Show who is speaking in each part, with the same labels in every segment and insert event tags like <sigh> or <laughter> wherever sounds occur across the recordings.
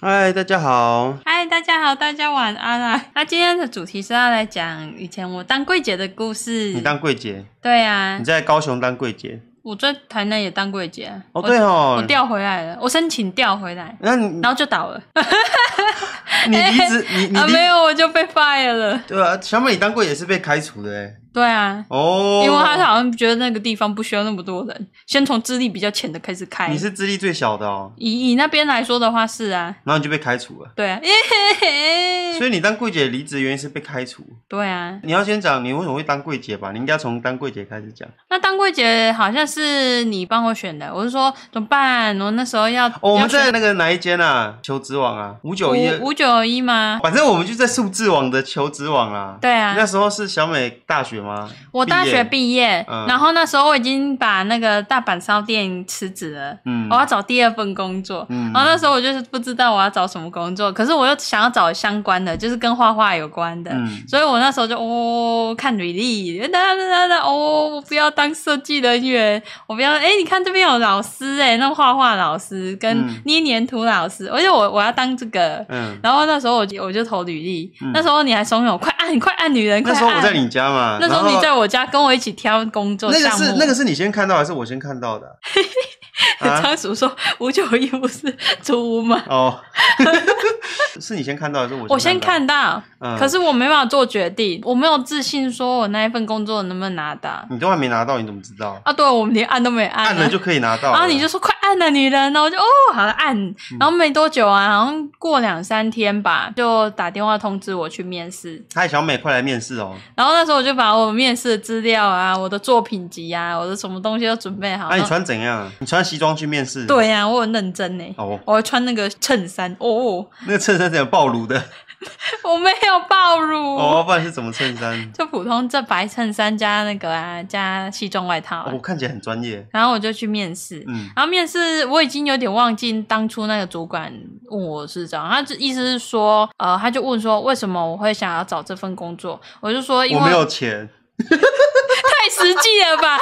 Speaker 1: 嗨，大家好。
Speaker 2: 嗨，大家好，大家晚安啊！那今天的主题是要来讲以前我当柜姐的故事。
Speaker 1: 你当柜姐，
Speaker 2: 对啊
Speaker 1: 你，在高雄当柜姐。
Speaker 2: 我在台南也当柜姐啊。
Speaker 1: 哦，
Speaker 2: 我
Speaker 1: 对
Speaker 2: 我
Speaker 1: 哦。
Speaker 2: 调回来了，我申请调回来，
Speaker 1: 那
Speaker 2: <laughs>
Speaker 1: 你
Speaker 2: 然后就倒了
Speaker 1: 你离职，你你
Speaker 2: 啊，没
Speaker 1: 离
Speaker 2: 有我就被 fire 了。
Speaker 1: 对啊，小美你当柜姐是被开除的哎。
Speaker 2: 对啊，
Speaker 1: 哦。
Speaker 2: 因为他好像觉得那个地方不需要那么多人，先从资历比较浅的开始开。
Speaker 1: 你是资历最小的哦，
Speaker 2: 以以那边来说的话是啊，
Speaker 1: 然后你就被开除了。
Speaker 2: 对啊，
Speaker 1: <laughs>
Speaker 2: 嗯
Speaker 1: 所以你当柜姐离职原因是被开除。
Speaker 2: 对啊。
Speaker 1: 你要先讲你为什么会当柜姐吧，你应该从当柜姐开始讲。
Speaker 2: 那当柜姐好像是你帮我选的，我是说怎么办？我那时候要、
Speaker 1: 哦，我
Speaker 2: 要
Speaker 1: 们
Speaker 2: 选
Speaker 1: 在那个哪一间啊？求职网啊，五九一。
Speaker 2: 五五九一吗？
Speaker 1: 反正我们就在数字网的求职网啦。
Speaker 2: 对啊
Speaker 1: 那时候是小美大学吗？
Speaker 2: 我大学毕业，
Speaker 1: 嗯
Speaker 2: 然后那时候我已经把那个大阪烧店辞职了，
Speaker 1: 嗯
Speaker 2: 我要找第二份工作。
Speaker 1: 嗯
Speaker 2: 然后那时候我就是不知道我要找什么工作，可是我又想要找相关的，就是跟画画有关的。
Speaker 1: 嗯
Speaker 2: 所以我那时候就哦看履历，哒哒哒哒哦，我不要当设计人员，我不要哎，你看这边有老师哎，那画画老师
Speaker 1: 嗯
Speaker 2: 跟捏黏土老师，而且我我要当这个，
Speaker 1: 嗯，
Speaker 2: 然后那时候我就我就投履历，那时候你还怂恿我，快按，快按，女 <laughs> 人，
Speaker 1: 那
Speaker 2: 快
Speaker 1: 时候
Speaker 2: 按。
Speaker 1: 我在你家嘛。
Speaker 2: 那时候
Speaker 1: 然后
Speaker 2: 你在我家跟我一起挑工作
Speaker 1: 那
Speaker 2: 项
Speaker 1: 个
Speaker 2: 目。
Speaker 1: 是
Speaker 2: <laughs>
Speaker 1: 那个是你先看到还是我先看到的？啊
Speaker 2: 仓鼠说五九一不是租屋吗？ <laughs>
Speaker 1: 哦，是你先看到还是我
Speaker 2: 我先
Speaker 1: 看
Speaker 2: 看到，
Speaker 1: 到？嗯
Speaker 2: 可是我没办法做决定，我没有自信说我那一份工作能不能拿到。
Speaker 1: 你都还没拿到，你怎么知道？
Speaker 2: 啊，对，我们连按都没按、
Speaker 1: 按了就可以拿到。
Speaker 2: 然后你就说快按了，女人呢？我就哦，好了，
Speaker 1: 嗯
Speaker 2: 按。然后没多久啊，好像过两三天吧，就打电话通知我去面试。
Speaker 1: 嗨，小美，快来面试哦！
Speaker 2: 然后那时候我就把我面试的资料啊、我的作品集啊、我的什么东西都准备好。
Speaker 1: 那啊你
Speaker 2: 然后
Speaker 1: 穿怎样？你穿西装去面试？。
Speaker 2: 对呀、我很认真呢。
Speaker 1: 哦，
Speaker 2: 我还穿那个衬衫哦，
Speaker 1: 那个衬衫是有暴露
Speaker 2: <laughs>
Speaker 1: 的
Speaker 2: 我没有暴露，
Speaker 1: 哦，不然是怎么衬
Speaker 2: <laughs>
Speaker 1: 衫？
Speaker 2: 就普通这白衬衫加那个啊，加西装外套啊、
Speaker 1: 哦我看起来很专业。
Speaker 2: 然后我就去面试。
Speaker 1: 嗯
Speaker 2: 然后面试我已经有点忘记当初那个主管问我是这样，他就意思是说，呃，他就问说为什么我会想要找这份工作，我就说因
Speaker 1: 我
Speaker 2: 为
Speaker 1: 没有钱。
Speaker 2: 太实际了吧。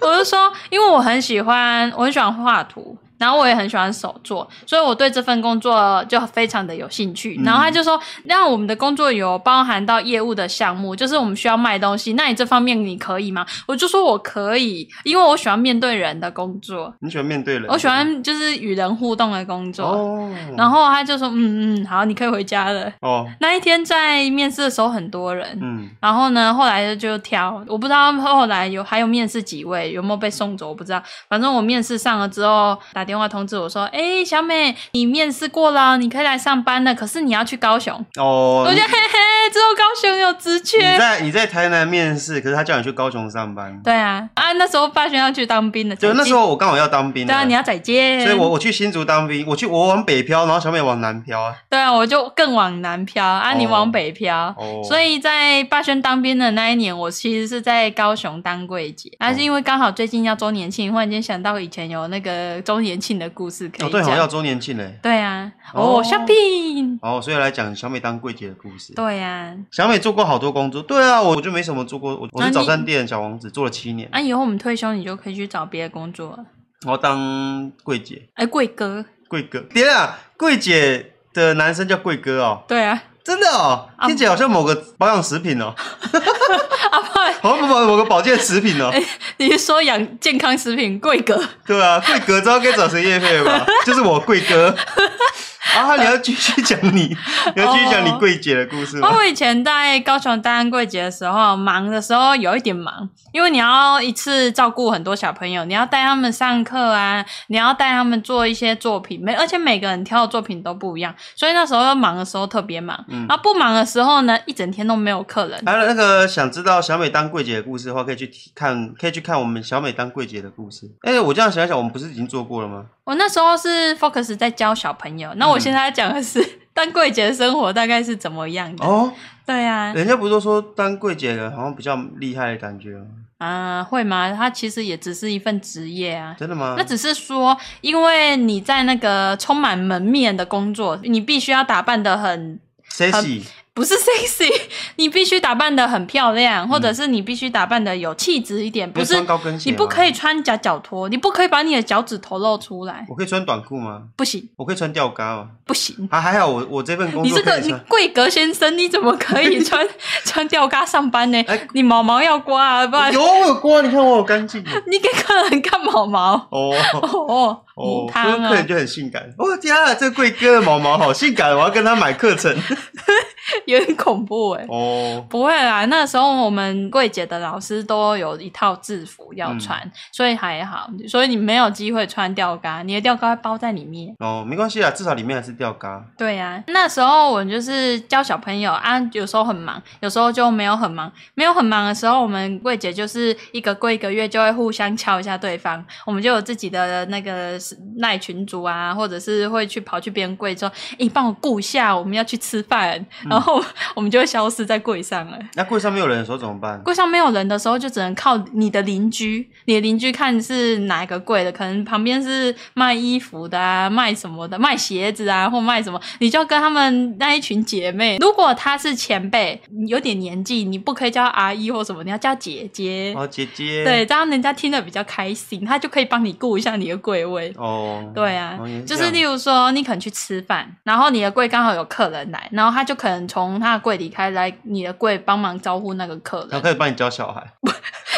Speaker 2: 我就说，因为我很喜欢，我很喜欢画图，然后我也很喜欢手作，所以我对这份工作就非常的有兴趣。
Speaker 1: 嗯
Speaker 2: 然后他就说，让我们的工作有包含到业务的项目，就是我们需要卖东西，那你这方面你可以吗？我就说我可以，因为我喜欢面对人的工作，
Speaker 1: 你喜欢面对人？
Speaker 2: 我喜欢就是与人互动的工作。
Speaker 1: 哦。
Speaker 2: 然后他就说，嗯嗯，好，你可以回家了。
Speaker 1: 哦，
Speaker 2: 那一天在面试的时候，很多人，
Speaker 1: 嗯，
Speaker 2: 然后呢，后来就挑，我不知道后来有还有面试几位有没有被送走，我不知道。反正我面试上了之后，打电话通知我说：“哎、小美，你面试过了，你可以来上班了，可是你要去高雄。
Speaker 1: 哦，
Speaker 2: 我
Speaker 1: 你
Speaker 2: 觉得嘿嘿，之后高雄有职
Speaker 1: 你
Speaker 2: 缺。
Speaker 1: 在你在台南面试，可是他叫你去高雄上班。
Speaker 2: 对啊，啊，那时候霸轩要去当兵了，
Speaker 1: 对，
Speaker 2: 再
Speaker 1: 那
Speaker 2: 见
Speaker 1: 时候我刚好要当兵啊，
Speaker 2: 对啊，你要再见。
Speaker 1: 所以我我去新竹当兵，我去我往北漂，然后小美往南漂啊。
Speaker 2: 对啊，我就更往南飘，啊，
Speaker 1: 哦
Speaker 2: 你往北飘。
Speaker 1: 哦，
Speaker 2: 所以在霸轩当兵的那一年，我其实是在高雄当柜
Speaker 1: 哦
Speaker 2: 姐，但是因为刚好最近要周年庆，忽然间想到以前有那个周年庆的故事可
Speaker 1: 哦
Speaker 2: 以
Speaker 1: 对，
Speaker 2: 讲。
Speaker 1: 好像要周年庆嘞。
Speaker 2: 对啊，
Speaker 1: 哦
Speaker 2: 哦，shopping，
Speaker 1: 哦，所以来讲小美当柜姐的故事。
Speaker 2: 对啊呀、
Speaker 1: 小美做过好多工作，对啊，我我就没什么做过，我我
Speaker 2: 那
Speaker 1: 是
Speaker 2: 你
Speaker 1: 早餐店小王子做了七年
Speaker 2: 啊，，以后我们退休，你就可以去找别的工作了。
Speaker 1: 然后当柜姐、
Speaker 2: 哎，贵哥，
Speaker 1: 柜哥。天啊，柜姐的男生叫柜哥哦，
Speaker 2: 对啊， <laughs>
Speaker 1: 真的哦，
Speaker 2: 啊
Speaker 1: 听起来好像某个保养食品哦，
Speaker 2: <laughs> 啊不然，
Speaker 1: <laughs> 好像某某个保健食
Speaker 2: <laughs> 哎
Speaker 1: 品哦。 <laughs>
Speaker 2: 你是说养健康食品贵哥？
Speaker 1: 对啊，贵哥知道该找谁业配了
Speaker 2: <laughs>
Speaker 1: 吧？就是我贵哥。啊，你要继续讲
Speaker 2: <laughs>
Speaker 1: 你，你要继续讲你贵姐的故事
Speaker 2: 啊，
Speaker 1: 吗？
Speaker 2: 我以前在高雄担任柜姐的时候，忙的时候有一点忙，因为你要一次照顾很多小朋友，你要带他们上课啊，你要带他们做一些作品，每而且每个人挑的作品都不一样，所以那时候忙的时候特别忙。
Speaker 1: 嗯
Speaker 2: 然后不忙的时候呢，一整天都没有客人。
Speaker 1: 还有那个想知道小美当柜姐的故事的话，可以去提看，可以去看我们小美当柜姐的故事。哎、我这样想一想，我们不是已经做过了
Speaker 2: <laughs>
Speaker 1: 吗？
Speaker 2: 我那时候是 focus 在教小朋友，那我现在要讲的是、当柜姐的生活大概是怎么样的？
Speaker 1: 哦，
Speaker 2: 对啊，
Speaker 1: 人家不是都说当柜姐的好像比较厉害的感觉吗？
Speaker 2: 啊、会吗？它其实也只是一份职业啊。
Speaker 1: 真的吗
Speaker 2: 那？只是说，因为你在那个充满门面的工作，你必须要打扮的很，
Speaker 1: 谁洗？
Speaker 2: 不不是 sexy，你 <laughs> 必须打扮的很漂亮，或者是你必须打扮的有气质一点，
Speaker 1: 可以
Speaker 2: 不
Speaker 1: 嗯
Speaker 2: 是
Speaker 1: 穿高跟鞋啊
Speaker 2: 你不
Speaker 1: 吗
Speaker 2: 可以穿夹脚拖，你不可以把你的脚趾头露出来，
Speaker 1: 我可以穿短裤吗？
Speaker 2: 不行
Speaker 1: 我可以穿吊嘎哦。
Speaker 2: 不行。
Speaker 1: 啊，还好我我这份工
Speaker 2: 你
Speaker 1: 作
Speaker 2: 这个
Speaker 1: 可以
Speaker 2: 你
Speaker 1: 穿。
Speaker 2: 贵格先生，你怎么可以穿 <laughs> 穿吊嘎上班呢
Speaker 1: 哎？
Speaker 2: 你毛毛要刮啊，不然
Speaker 1: 有我有刮，你看我有干
Speaker 2: <laughs>
Speaker 1: 净的。
Speaker 2: 你给客人看毛毛
Speaker 1: 哦哦
Speaker 2: 哦，
Speaker 1: 所以
Speaker 2: 母，汤
Speaker 1: 客人
Speaker 2: 啊，
Speaker 1: 就很性感。哦天啊，这贵哥的毛毛好性感，我要跟他买课
Speaker 2: <laughs>
Speaker 1: 程。
Speaker 2: 有点恐怖哎。
Speaker 1: 哦，
Speaker 2: 不会啦，那时候我们柜姐的老师都有一套制服要穿，所以还好，所以你没有机会穿吊嘎，你的吊嘎会包在里面。
Speaker 1: 哦，没关系啊，至少里面还是吊嘎。
Speaker 2: 对呀、那时候我就是教小朋友啊，有时候很忙，有时候就没有很忙。没有很忙的时候，我们柜姐就是一个过一个月就会互相敲一下对方，我们就有自己的那个赖群主啊，或者是会去跑去别人柜说：“诶、帮我顾一下，我们要去吃饭。”然后我们就会消失在柜上了。
Speaker 1: 那柜上面有人的时候怎么办？
Speaker 2: 柜上没有人的时候，就只能靠你的邻居，你的邻居看是哪一个柜的，可能旁边是卖衣服的啊，卖什么的，卖鞋子啊，或卖什么，你就跟他们那一群姐妹。如果她是前辈，你有点年纪，你不可以叫她阿姨或什么，你要叫姐姐，
Speaker 1: 哦，姐姐。
Speaker 2: 对，这样人家听得比较开心，她就可以帮你顾一下你的柜位。
Speaker 1: 哦，
Speaker 2: 对啊
Speaker 1: 哦原来，
Speaker 2: 就是
Speaker 1: 这
Speaker 2: 例
Speaker 1: 样
Speaker 2: 如说，你可能去吃饭，然后你的柜刚好有客人来，然后他就可能从他的柜离开，来你的柜帮忙招呼那个客人
Speaker 1: 他。开始帮你教小孩。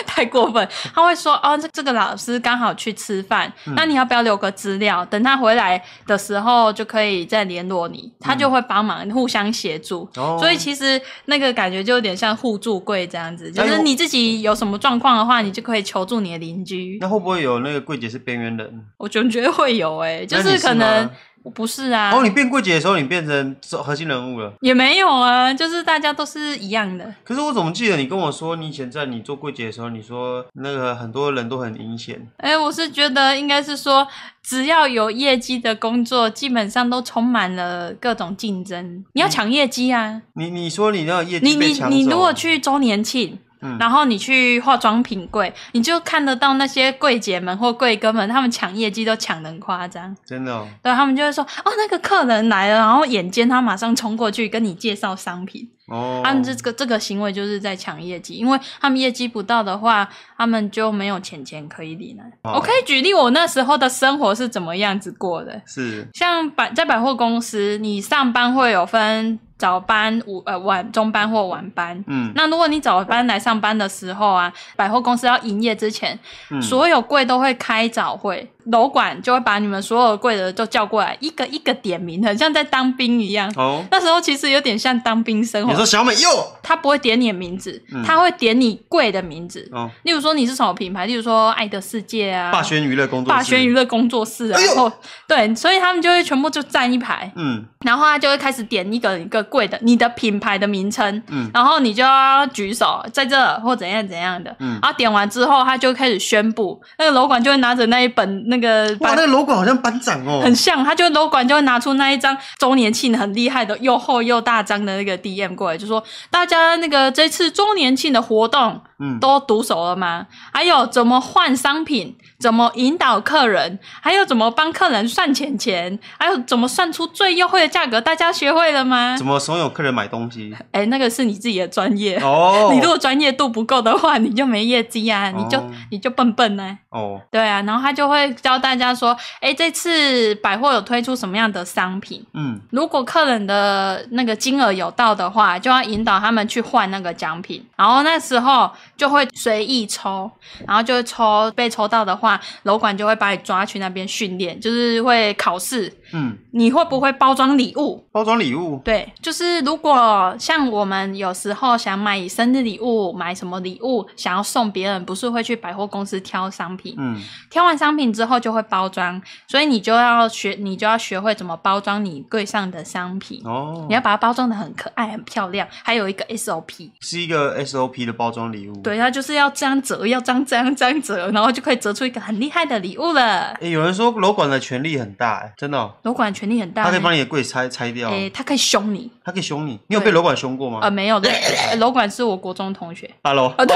Speaker 2: 太过分，
Speaker 1: 嗯
Speaker 2: 他会说哦，这这个老师刚好去吃饭，那你要不要留个资料？等他回来的时候就可以再联络你，他就会帮忙互相协助。
Speaker 1: 嗯哦，
Speaker 2: 所以其实那个感觉就有点像互助柜这样子，就
Speaker 1: 哎
Speaker 2: 是
Speaker 1: 我
Speaker 2: 你自己有什么状况的话，你就可以求助你的邻居。
Speaker 1: 那会不会有那个柜姐是边缘人？
Speaker 2: 我总觉得会有哎、就
Speaker 1: 那你是
Speaker 2: 可能
Speaker 1: 吗
Speaker 2: 我不是啊，
Speaker 1: 哦，你变柜姐的时候，你变成核心人物了。
Speaker 2: 也没有啊，就是大家都是一样的。
Speaker 1: 可是我怎么记得你跟我说，你以前在你做柜姐的时候，你说那个很多人都很阴险。
Speaker 2: 哎、我是觉得应该是说，只要有业绩的工作，基本上都充满了各种竞争。你要抢业绩啊！
Speaker 1: 你你说你那个业
Speaker 2: 你
Speaker 1: 绩嗯被
Speaker 2: 你
Speaker 1: 抢走，啊
Speaker 2: 你如果去周年庆，
Speaker 1: 嗯
Speaker 2: 然后你去化妆品柜，你就看得到那些柜姐们或柜哥们，他们抢业绩都抢得很夸张。
Speaker 1: 真的、哦，
Speaker 2: 对他们就会说，哦，那个客人来了，然后眼尖他马上冲过去跟你介绍商品。
Speaker 1: 哦，
Speaker 2: 他们这个这个行为就是在抢业绩，因为他们业绩不到的话，他们就没有钱钱可以领了。
Speaker 1: 哦
Speaker 2: 我可以举例我那时候的生活是怎么样子过的，
Speaker 1: 是
Speaker 2: 像百在百货公司，你上班会有分早班、午呃晚中班或晚班。
Speaker 1: 嗯
Speaker 2: 那如果你早班来上班的时候啊，百货公司要营业之前，
Speaker 1: 嗯，
Speaker 2: 所有柜都会开早会，楼管就会把你们所有柜的都叫过来，一个一个点名，很像在当兵一样。
Speaker 1: 哦，
Speaker 2: 那时候其实有点像当兵生活
Speaker 1: 你，说小美又
Speaker 2: 他不会点你的名字，
Speaker 1: 嗯
Speaker 2: 他会点你贵的名字。
Speaker 1: 哦，
Speaker 2: 例如说你是什么品牌，例如说爱的世界啊，
Speaker 1: 霸轩娱乐工作室，
Speaker 2: 霸轩娱乐工作室啊，
Speaker 1: 哎呦
Speaker 2: 然后对，所以他们就会全部就站一排，
Speaker 1: 嗯
Speaker 2: 然后他就会开始点一个一个贵的你的品牌的名称，
Speaker 1: 嗯
Speaker 2: 然后你就要举手在这或怎样怎样的。
Speaker 1: 嗯，
Speaker 2: 然后点完之后，他就开始宣布，那个楼管就会拿着那一本那个
Speaker 1: 哇，
Speaker 2: 班
Speaker 1: 那个楼管好像班长哦，
Speaker 2: 很像，他就楼管就会拿出那一张周年庆很厉害的又厚又大张的那个 DM 过来，就说大家那个这次周年庆的活动
Speaker 1: 嗯，
Speaker 2: 都读熟了吗？还有怎么换商品，怎么引导客人，还有怎么帮客人算钱钱，还有怎么算出最优惠的价格，大家学会了吗
Speaker 1: 怎？么怂恿客人买东
Speaker 2: <laughs>
Speaker 1: 西？
Speaker 2: 哎，那个是你自己的专业。
Speaker 1: 哦，
Speaker 2: 你如果专业度不够的话，你就没业绩啊，你就、
Speaker 1: 哦
Speaker 2: 你就笨笨呢、
Speaker 1: 哦，
Speaker 2: 对啊，然后他就会教大家说，哎，这次百货有推出什么样的商品？
Speaker 1: 嗯
Speaker 2: 如果客人的那个金额有到的话，就要引导他们去换那个奖品，然后那时候就会随意抽，然后就会抽被抽到的话，楼管就会把你抓去那边训练，就是会考试， <laughs>
Speaker 1: 嗯，
Speaker 2: 你会不会包装礼物？
Speaker 1: 包装礼物，
Speaker 2: 对，就是如果像我们有时候想买生日礼物，买什么礼物想要送别人，不是会去百货公司挑商品，
Speaker 1: 嗯
Speaker 2: 挑完商品之后就会包装，所以你就要学，你就要学会怎么包装你柜上的商品。
Speaker 1: 哦
Speaker 2: 你，要把它包装的很可爱、很漂亮，还有一个 SOP，
Speaker 1: 是一个 SOP 的包装礼物，。
Speaker 2: 对，它就是要这样折，要这样、这样、这样折，然后就可以折出一个很厉害的礼物了。
Speaker 1: 哎、有人说楼管的权力很大、欸，真的哦、
Speaker 2: 楼管权力很大
Speaker 1: 他可以
Speaker 2: 呢，
Speaker 1: 把你的哦柜拆拆掉，
Speaker 2: 诶，他可以凶你，
Speaker 1: 他可以凶你。你有
Speaker 2: 对
Speaker 1: 被楼管凶过吗
Speaker 2: 呃呃，没有，楼呃楼管是我国中同学， <laughs>
Speaker 1: ？Hello，哦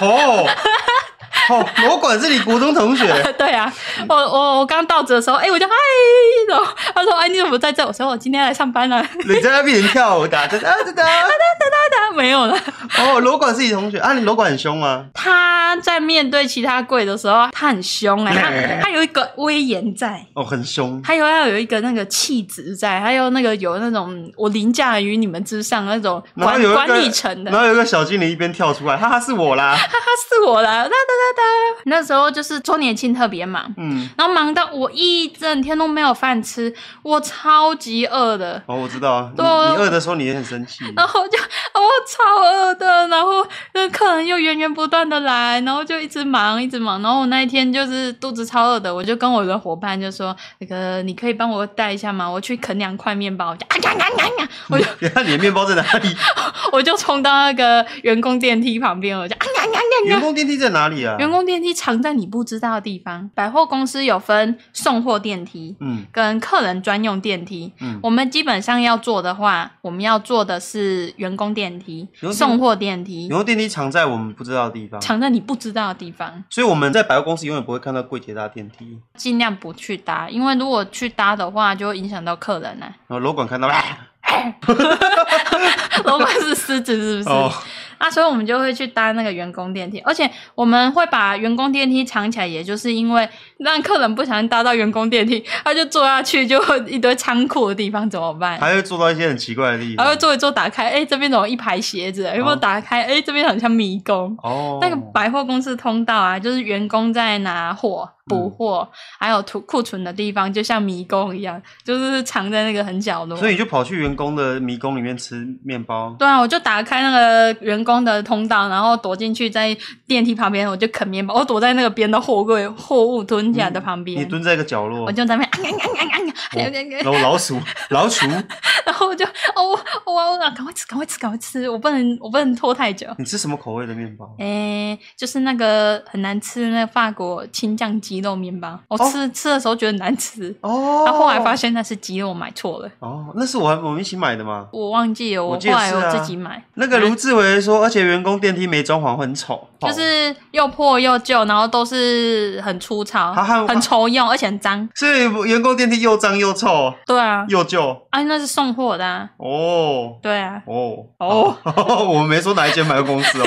Speaker 1: 哦，哦，我管是你国中同学，
Speaker 2: 对啊，我我我刚到职的时候，哎、我就嗨，然后他说，哎、你怎么在这？我说我今天来上班了， <laughs>
Speaker 1: 你在那边跳舞打哒哒哒哒。
Speaker 2: 他没有了。
Speaker 1: 哦，楼管是你同学啊？你楼管很凶吗？
Speaker 2: 他在面对其他柜的时候，他很凶哎、他他有一个威严在，
Speaker 1: 哦，很凶。
Speaker 2: 他有要有一个那个气质在，还有那个有那种我凌驾于你们之上那种
Speaker 1: 然后
Speaker 2: 管
Speaker 1: 有一个
Speaker 2: 管理层的
Speaker 1: 然。后有一个小精灵一边跳出来，哈哈，是我啦。
Speaker 2: 哈哈，是我啦！哒哒哒哒。那时候就是周年庆特别忙，
Speaker 1: 嗯，
Speaker 2: 然后忙到我一整天都没有饭吃，我超级饿的。
Speaker 1: 哦，我知道啊。你
Speaker 2: 对啊
Speaker 1: 你饿的时候你也很生气。
Speaker 2: 然后我就我超饿的，然后那客人又源源不断的来，然后就一直忙一直忙，然后我那一天就是肚子超饿的，我就跟我的伙伴就说：“那个你可以帮我带一下吗？我去啃两块面包。”我就啊呀呀呀呀，我就
Speaker 1: 你看你的面包在哪
Speaker 2: <laughs>
Speaker 1: 里？
Speaker 2: 我就冲到那个员工电梯旁边，我就啊呀呀呀
Speaker 1: 员
Speaker 2: 呀。
Speaker 1: 工电梯在哪里啊？
Speaker 2: 员工电梯藏在你不知道的地方。百货公司有分送货电梯
Speaker 1: 嗯
Speaker 2: 跟客人专用电梯。
Speaker 1: 嗯，
Speaker 2: 我们基本上要做的话，我们要做的是员工电梯
Speaker 1: 员工、电
Speaker 2: 送货电梯
Speaker 1: 员，工电梯藏在我们不知道的地方，
Speaker 2: 藏在你不知道的地方，
Speaker 1: 所以我们在百货公司永远不会看到柜姐搭电梯，
Speaker 2: 尽量不去搭，因为如果去搭的话，就会影响到客人啊。 <laughs>
Speaker 1: 然后楼管看到，啊
Speaker 2: 楼管是狮子是不是？
Speaker 1: 哦，
Speaker 2: 啊，所以我们就会去搭那个员工电梯，而且我们会把员工电梯藏起来，也就是因为让客人不小心搭到员工电梯，他就坐下去，就会一堆仓库的地方怎么办？
Speaker 1: 还会坐到一些很奇怪的地
Speaker 2: 然后
Speaker 1: 方。
Speaker 2: 坐一坐，打开，哎、这边怎么一排鞋子？有没有打开？哎、这边很像迷宫。
Speaker 1: 哦，
Speaker 2: 那个百货公司通道啊，就是员工在拿货、
Speaker 1: 嗯
Speaker 2: 补货，还有储库存的地方，就像迷宫一样，就是藏在那个很角落。
Speaker 1: 所以你就跑去员工的迷宫里面吃面包。
Speaker 2: 对啊，我就打开那个员工的通道，然后躲进去，在电梯旁边，我就啃面包，我躲在那个边的货柜货物蹲起来的旁
Speaker 1: 你
Speaker 2: 边，
Speaker 1: 蹲在一个角落
Speaker 2: 我，就在那边，啊呀呀呀呀呀呀呀
Speaker 1: 然后老鼠，老鼠，
Speaker 2: 然后我就哦我我我赶快吃，赶快吃，赶快吃，我不能我不能拖太久。
Speaker 1: 你吃什么口味的面包？
Speaker 2: 诶、就是那个很难吃的那个法国青酱鸡肉面包，我吃、吃的时候觉得难吃，
Speaker 1: 哦，
Speaker 2: 啊然后后来发现那是鸡肉，我买错了，
Speaker 1: 哦，那是我我们一起买的嘛。
Speaker 2: 我忘记了，
Speaker 1: 我
Speaker 2: 我
Speaker 1: 记得
Speaker 2: 后来
Speaker 1: 是
Speaker 2: 我
Speaker 1: 啊
Speaker 2: 自己买，
Speaker 1: 那个卢志伟说，而且员工电梯没装潢，很丑。哦
Speaker 2: 就是又破又旧，然后都是很粗糙、
Speaker 1: 还还
Speaker 2: 很丑用，而且很脏。
Speaker 1: 所以员工电梯又脏又臭
Speaker 2: 对啊，
Speaker 1: 又旧。
Speaker 2: 啊，那是送货的、啊。
Speaker 1: 哦
Speaker 2: 对啊， <laughs>
Speaker 1: 哦
Speaker 2: 哦，
Speaker 1: <laughs> 我们没说哪一间百货公司哦。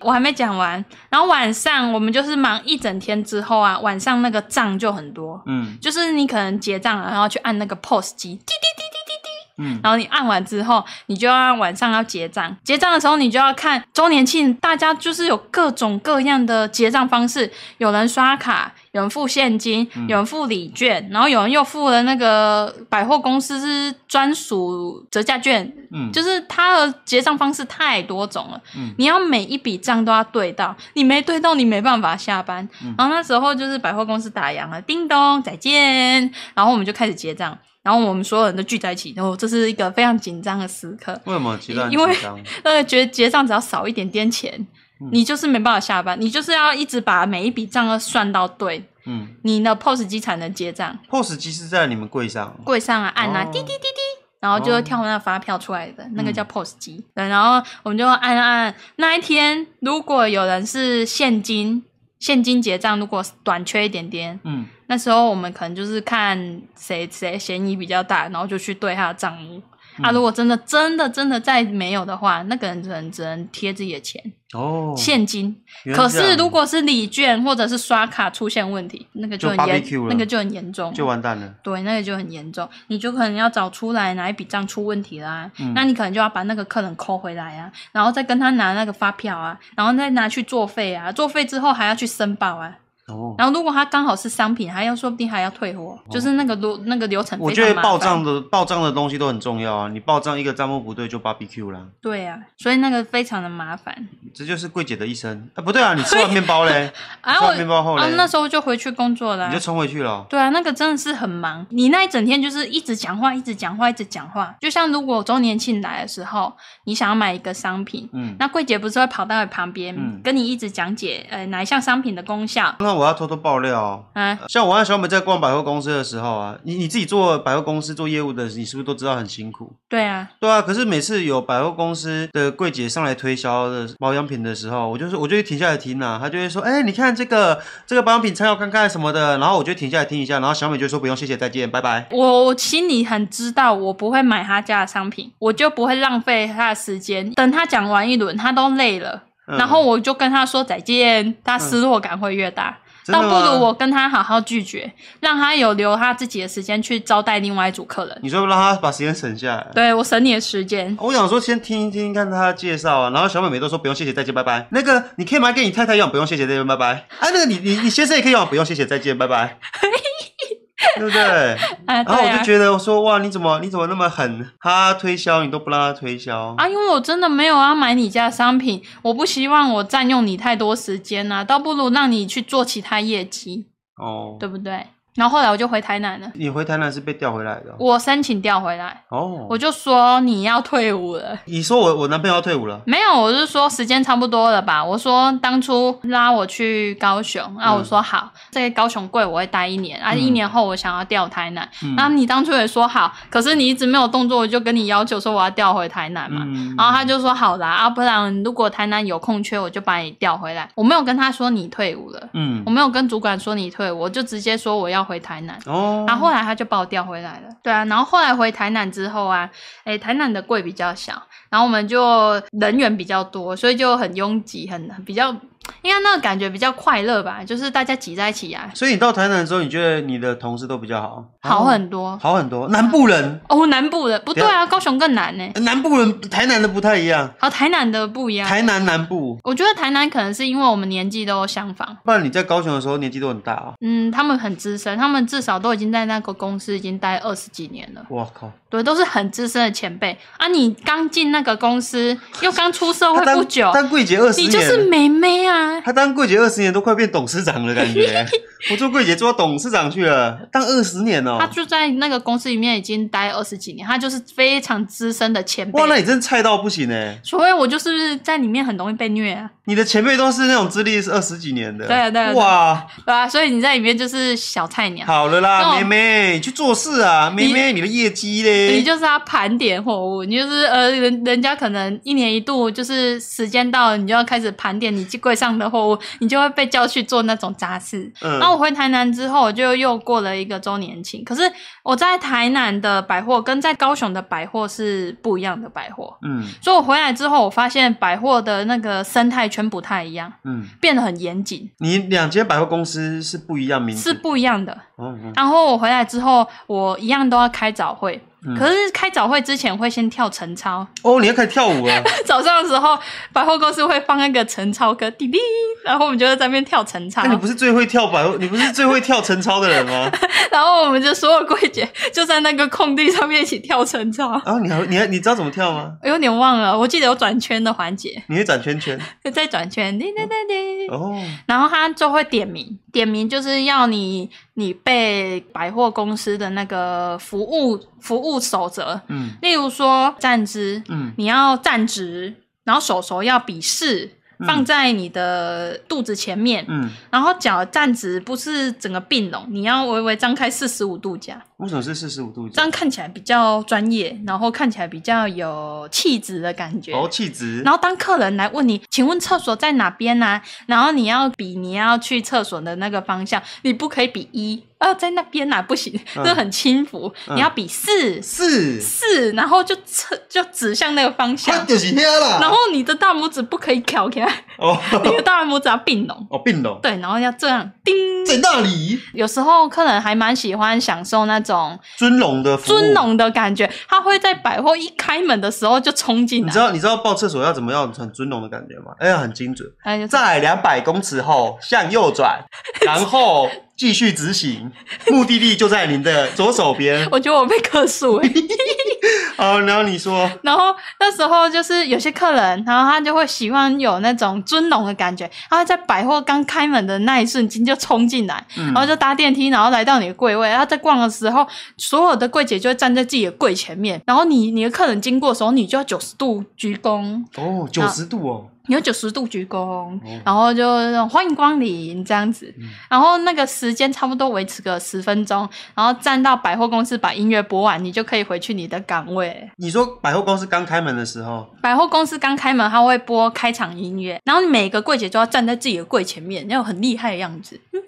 Speaker 2: 我还没讲完。然后晚上我们就是忙一整天之后啊，晚上那个账就很多，
Speaker 1: 嗯
Speaker 2: 就是你可能结账了，然后去按那个 POS 机，滴滴滴滴滴滴，
Speaker 1: 嗯，
Speaker 2: 然后你按完之后，你就要晚上要结账。结账的时候，你就要看周年庆，大家就是有各种各样的结账方式，有人刷卡，有人付现金，有人付礼券，然后有人又付了那个百货公司是专属折价券，
Speaker 1: 嗯
Speaker 2: 就是它的结账方式太多种了。
Speaker 1: 嗯
Speaker 2: 你要每一笔账都要对到，你没对到，你没办法下班。
Speaker 1: 嗯
Speaker 2: 然后那时候就是百货公司打烊了，叮咚，再见。然后我们就开始结账，然后我们所有人都聚在一起，然后这是一个非常紧张的时刻。
Speaker 1: 为什么鸡蛋
Speaker 2: 因为
Speaker 1: 紧张？
Speaker 2: 呃，觉得结账只要少一点点钱，
Speaker 1: 嗯
Speaker 2: 你就是没办法下班，你就是要一直把每一笔账都算到对，
Speaker 1: 嗯
Speaker 2: 你的 POS 机才能结账。
Speaker 1: ，POS 机是在你们柜上。
Speaker 2: 柜上啊，按啊，
Speaker 1: 哦嗯
Speaker 2: 滴滴滴滴。然后就会跳那发票出来的、那个叫 POS 机，对，然后我们就按按。那一天如果有人是现金，现金结账，如果短缺一点点，
Speaker 1: 嗯，
Speaker 2: 那时候我们可能就是看谁谁嫌疑比较大，然后就去对他的账目。
Speaker 1: 嗯
Speaker 2: 啊，如果真的真的真的再没有的话，那个人只能只能贴自己的钱、
Speaker 1: 哦，
Speaker 2: 现金。
Speaker 1: 原来
Speaker 2: 可
Speaker 1: 这样
Speaker 2: 是如果是礼券或者是刷卡出现问题，那个很
Speaker 1: 就
Speaker 2: 严
Speaker 1: barbecue，了
Speaker 2: 那个就很严重，
Speaker 1: 就完蛋了。
Speaker 2: 对，那个就很严重，你就可能要找出来哪一笔账出问题啦、
Speaker 1: 嗯
Speaker 2: 那你可能就要把那个客人扣回来啊，然后再跟他拿那个发票啊，然后再拿去作废啊，作废之后还要去申报啊，
Speaker 1: 哦，
Speaker 2: 然后如果他刚好是商品，还要说不定还要退货，就是那个流那个流程
Speaker 1: 我
Speaker 2: 非
Speaker 1: 觉
Speaker 2: 常
Speaker 1: 得
Speaker 2: 麻
Speaker 1: 报
Speaker 2: 烦。
Speaker 1: 账的报账的东西都很重要啊，你报账一个账目不对就 barbecue 啦，
Speaker 2: 对啊，所以那个非常的麻烦。
Speaker 1: 这就是柜姐的一生。啊，不对啊，你吃完面包嘞，
Speaker 2: <laughs> 啊，
Speaker 1: 吃
Speaker 2: 我
Speaker 1: 完面包后
Speaker 2: 啊
Speaker 1: 嘞，
Speaker 2: 那时候就回去工作啦、
Speaker 1: 你就冲回去了哦。
Speaker 2: 对啊，那个真的是很忙，你那一整天就是一直讲话，一直讲话，一直讲话。就像如果周年庆来的时候，你想要买一个商品，
Speaker 1: 嗯，
Speaker 2: 那柜姐不是会跑到你旁边、
Speaker 1: 嗯
Speaker 2: 跟你一直讲解，呃，哪一项商品的功效，
Speaker 1: 那那我要偷偷爆料哦。
Speaker 2: 啊，
Speaker 1: 像我和小美在逛百货公司的时候啊，你你自己做百货公司做业务的，你是不是都知道很辛苦？
Speaker 2: 对啊，
Speaker 1: 对啊，可是每次有百货公司的柜姐上来推销的保养品的时候，我就是我就会停下来听啊，她就会说，哎、你看这个这个保养品参考看看什么的，然后我就停下来听一下，然后小美就说不用，谢谢，再见，拜拜。
Speaker 2: 我我心里很知道，我不会买他家的商品，我就不会浪费他的时间。等他讲完一轮，他都累了，
Speaker 1: 嗯
Speaker 2: 然后我就跟他说再见，他失落感会越大。
Speaker 1: 真
Speaker 2: 倒
Speaker 1: 的
Speaker 2: 不
Speaker 1: 吗
Speaker 2: 如我跟他好好拒绝，让他有留他自己的时间去招待另外一组客人。
Speaker 1: 你说让她把时间省下来。
Speaker 2: 对我省你的时间，
Speaker 1: 我想说，先听一听看她的介绍啊，然后小美眉都说不用谢谢再见拜拜。那个你可以买给你太太用，不用谢谢再见拜拜。啊，那个你你你先生也可以用，不用谢谢再见拜
Speaker 2: <laughs>
Speaker 1: 拜，对不对？
Speaker 2: 啊，
Speaker 1: 然后
Speaker 2: 对
Speaker 1: 哦我就
Speaker 2: 啊，
Speaker 1: 觉得，我说哇，你怎么你怎么那么狠？他推销你都不让他推销，
Speaker 2: 啊，因为我真的没有要买你家的商品，我不希望我占用你太多时间呐、倒不如让你去做其他业绩，
Speaker 1: 哦，
Speaker 2: 对不对？然后后来我就回台南了，
Speaker 1: 你回台南是被调回来的哦
Speaker 2: 我申请调回来，
Speaker 1: 哦。
Speaker 2: 我就说你要退伍了。
Speaker 1: 你说我我男朋友要退伍了，
Speaker 2: 没有，我是说时间差不多了吧？我说当初拉我去高雄，啊，
Speaker 1: 嗯
Speaker 2: 我说好，在高雄贵我会待一年，啊，
Speaker 1: 嗯
Speaker 2: 一年后我想要调台南，
Speaker 1: 嗯
Speaker 2: 然后你当初也说好，可是你一直没有动作，我就跟你要求说我要调回台南嘛，
Speaker 1: 嗯
Speaker 2: 然后他就说好啦，啊，不然如果台南有空缺，我就把你调回来。我没有跟他说你退伍了，
Speaker 1: 嗯
Speaker 2: 我没有跟主管说你退伍，我就直接说我要回台南。
Speaker 1: 哦，
Speaker 2: 然后后来他就把我调回来了，对啊，然后后来回台南之后啊，诶，台南的柜比较小，然后我们就人员比较多，所以就很拥挤，很很比较，应该那个感觉比较快乐吧，就是大家挤在一起啊，
Speaker 1: 所以你到台南之后，你觉得你的同事都比较好，哦
Speaker 2: 好很多。
Speaker 1: 好很多，南部人
Speaker 2: 哦，南部的不对啊，高雄更难呢、
Speaker 1: 南部人台南的不太一样，
Speaker 2: 哦，台南的不一样。
Speaker 1: 台南南部，
Speaker 2: 我觉得台南可能是因为我们年纪都相仿，
Speaker 1: 不然你在高雄的时候年纪都很大哦。
Speaker 2: 嗯，他们很资深，他们至少都已经在那个公司已经待二十几年了，
Speaker 1: 我靠，
Speaker 2: 对，都是很资深的前辈啊。你刚进那个公司，又刚出社会
Speaker 1: 他
Speaker 2: 不
Speaker 1: 当
Speaker 2: 久，
Speaker 1: 当柜姐二十
Speaker 2: 你
Speaker 1: 年，哦
Speaker 2: 就是妹妹啊。
Speaker 1: 他当柜姐二十年都快变董事长了，感
Speaker 2: <laughs>
Speaker 1: 觉。我做柜姐做到董事长去了，当二十年哦、
Speaker 2: 她就在那个公司里面已经待二十几年，她就是非常资深的前辈
Speaker 1: 哇，，那你真菜到不行哎、
Speaker 2: 所以我就是在里面很容易被虐啊，
Speaker 1: 你的前辈都是那种资历是二十几年的，
Speaker 2: 对啊对啊对
Speaker 1: 哇，
Speaker 2: 对吧、所以你在里面就是小菜鸟，
Speaker 1: 好了
Speaker 2: 那
Speaker 1: 啦，
Speaker 2: 我
Speaker 1: 妹妹，去做事啊，妹妹，你的业绩嘞，
Speaker 2: 你就是要盘点货物，你就是呃，人人家可能一年一度就是时间到了，你就要开始盘点你柜上的货物，你就会被叫去做那种杂事。
Speaker 1: 嗯
Speaker 2: 然后我回台南之后，我就又过了一个周年庆。可是我在台南的百货跟在高雄的百货是不一样的百货，
Speaker 1: 嗯
Speaker 2: 所以我回来之后，我发现百货的那个生态圈不太一样，
Speaker 1: 嗯，
Speaker 2: 变得很严谨，
Speaker 1: 你两间百货公司是不一样名字，
Speaker 2: 是不一样的。
Speaker 1: 哦，嗯
Speaker 2: 然后我回来之后，我一样都要开早会，
Speaker 1: 嗯
Speaker 2: 可是开早会之前会先跳晨操。
Speaker 1: 哦，你要开始跳舞了，
Speaker 2: <laughs> 早上的时候，百货公司会放那个晨操歌，滴滴，然后我们就在那边跳晨操
Speaker 1: 那、，哎你不是最会跳百货，你不是最会跳晨操的人吗？
Speaker 2: 然后我们就所有柜姐 <laughs> 就在那个空地上面一起跳晨操。
Speaker 1: 然后啊你还你还你知道怎么跳吗？
Speaker 2: 我有点忘了，我记得有转圈的环节，
Speaker 1: 你会转圈圈
Speaker 2: 在转圈，滴滴滴滴。
Speaker 1: 哦，
Speaker 2: 然后他就会点名，点名就是要你你背百货公司的那个服务服务守则，
Speaker 1: 嗯
Speaker 2: 例如说站姿，
Speaker 1: 嗯
Speaker 2: 你要站直，然后手手要比视，
Speaker 1: 嗯
Speaker 2: 放在你的肚子前面，
Speaker 1: 嗯，
Speaker 2: 然后脚站直，不是整个并拢，你要微微张开四十五度角，
Speaker 1: 为什么是四十五度
Speaker 2: 这
Speaker 1: 角？
Speaker 2: 样看起来比较专业，然后看起来比较有气质的感觉。
Speaker 1: 哦，气质，
Speaker 2: 然后当客人来问你，请问厕所在哪边呢、然后你要比你要去厕所的那个方向，你不可以比一啊，在那边呐、不行，
Speaker 1: 嗯
Speaker 2: 这很轻浮。
Speaker 1: 嗯
Speaker 2: 你要比四
Speaker 1: 是，
Speaker 2: 四，然后就侧就指向那个方
Speaker 1: 他
Speaker 2: 向，
Speaker 1: 就是遐啦。
Speaker 2: 然后你的大拇指不可以翘
Speaker 1: <laughs>
Speaker 2: 起来，你
Speaker 1: 哦
Speaker 2: 的大拇指要并拢，
Speaker 1: 哦，并拢
Speaker 2: 对，然后要这样叮。
Speaker 1: 在那里
Speaker 2: 有时候客人还蛮喜欢享受那种
Speaker 1: 尊龙的服务
Speaker 2: 尊。龙的感觉，他会在百货一开门的时候就冲进
Speaker 1: 你
Speaker 2: 来
Speaker 1: 知，道你知道报厕所要怎么样很尊龙的感觉吗？哎呀，很精准，
Speaker 2: 哎，就是
Speaker 1: 在两百公尺后向右转，然后继续直行，目的地就在您的左手边。
Speaker 2: 我觉得我被克数哎、
Speaker 1: 哦，然后你说，
Speaker 2: <laughs> 然后那时候就是有些客人，然后他就会喜欢有那种尊龙的感觉，他会在百货刚开门的那一瞬间就冲进来，
Speaker 1: 嗯
Speaker 2: 然后就搭电梯，然后来到你的柜位，然后在逛的时候，所有的柜姐就会站在自己的柜前面，然后你你的客人经过的时候，你就要九十度鞠躬，
Speaker 1: 哦，九十度哦，
Speaker 2: 有九十度鞠
Speaker 1: 哦
Speaker 2: 躬，然后就那种欢迎光临这样子，
Speaker 1: 嗯
Speaker 2: 然后那个时间差不多维持个十分钟，然后站到百货公司把音乐播完，你就可以回去你的岗位。
Speaker 1: 你说百货公司刚开门的时候，
Speaker 2: 百货公司刚开门，它会播开场音乐，然后你每个柜姐都要站在自己的柜前面，那种很厉害的样子。 <laughs> 嗯哼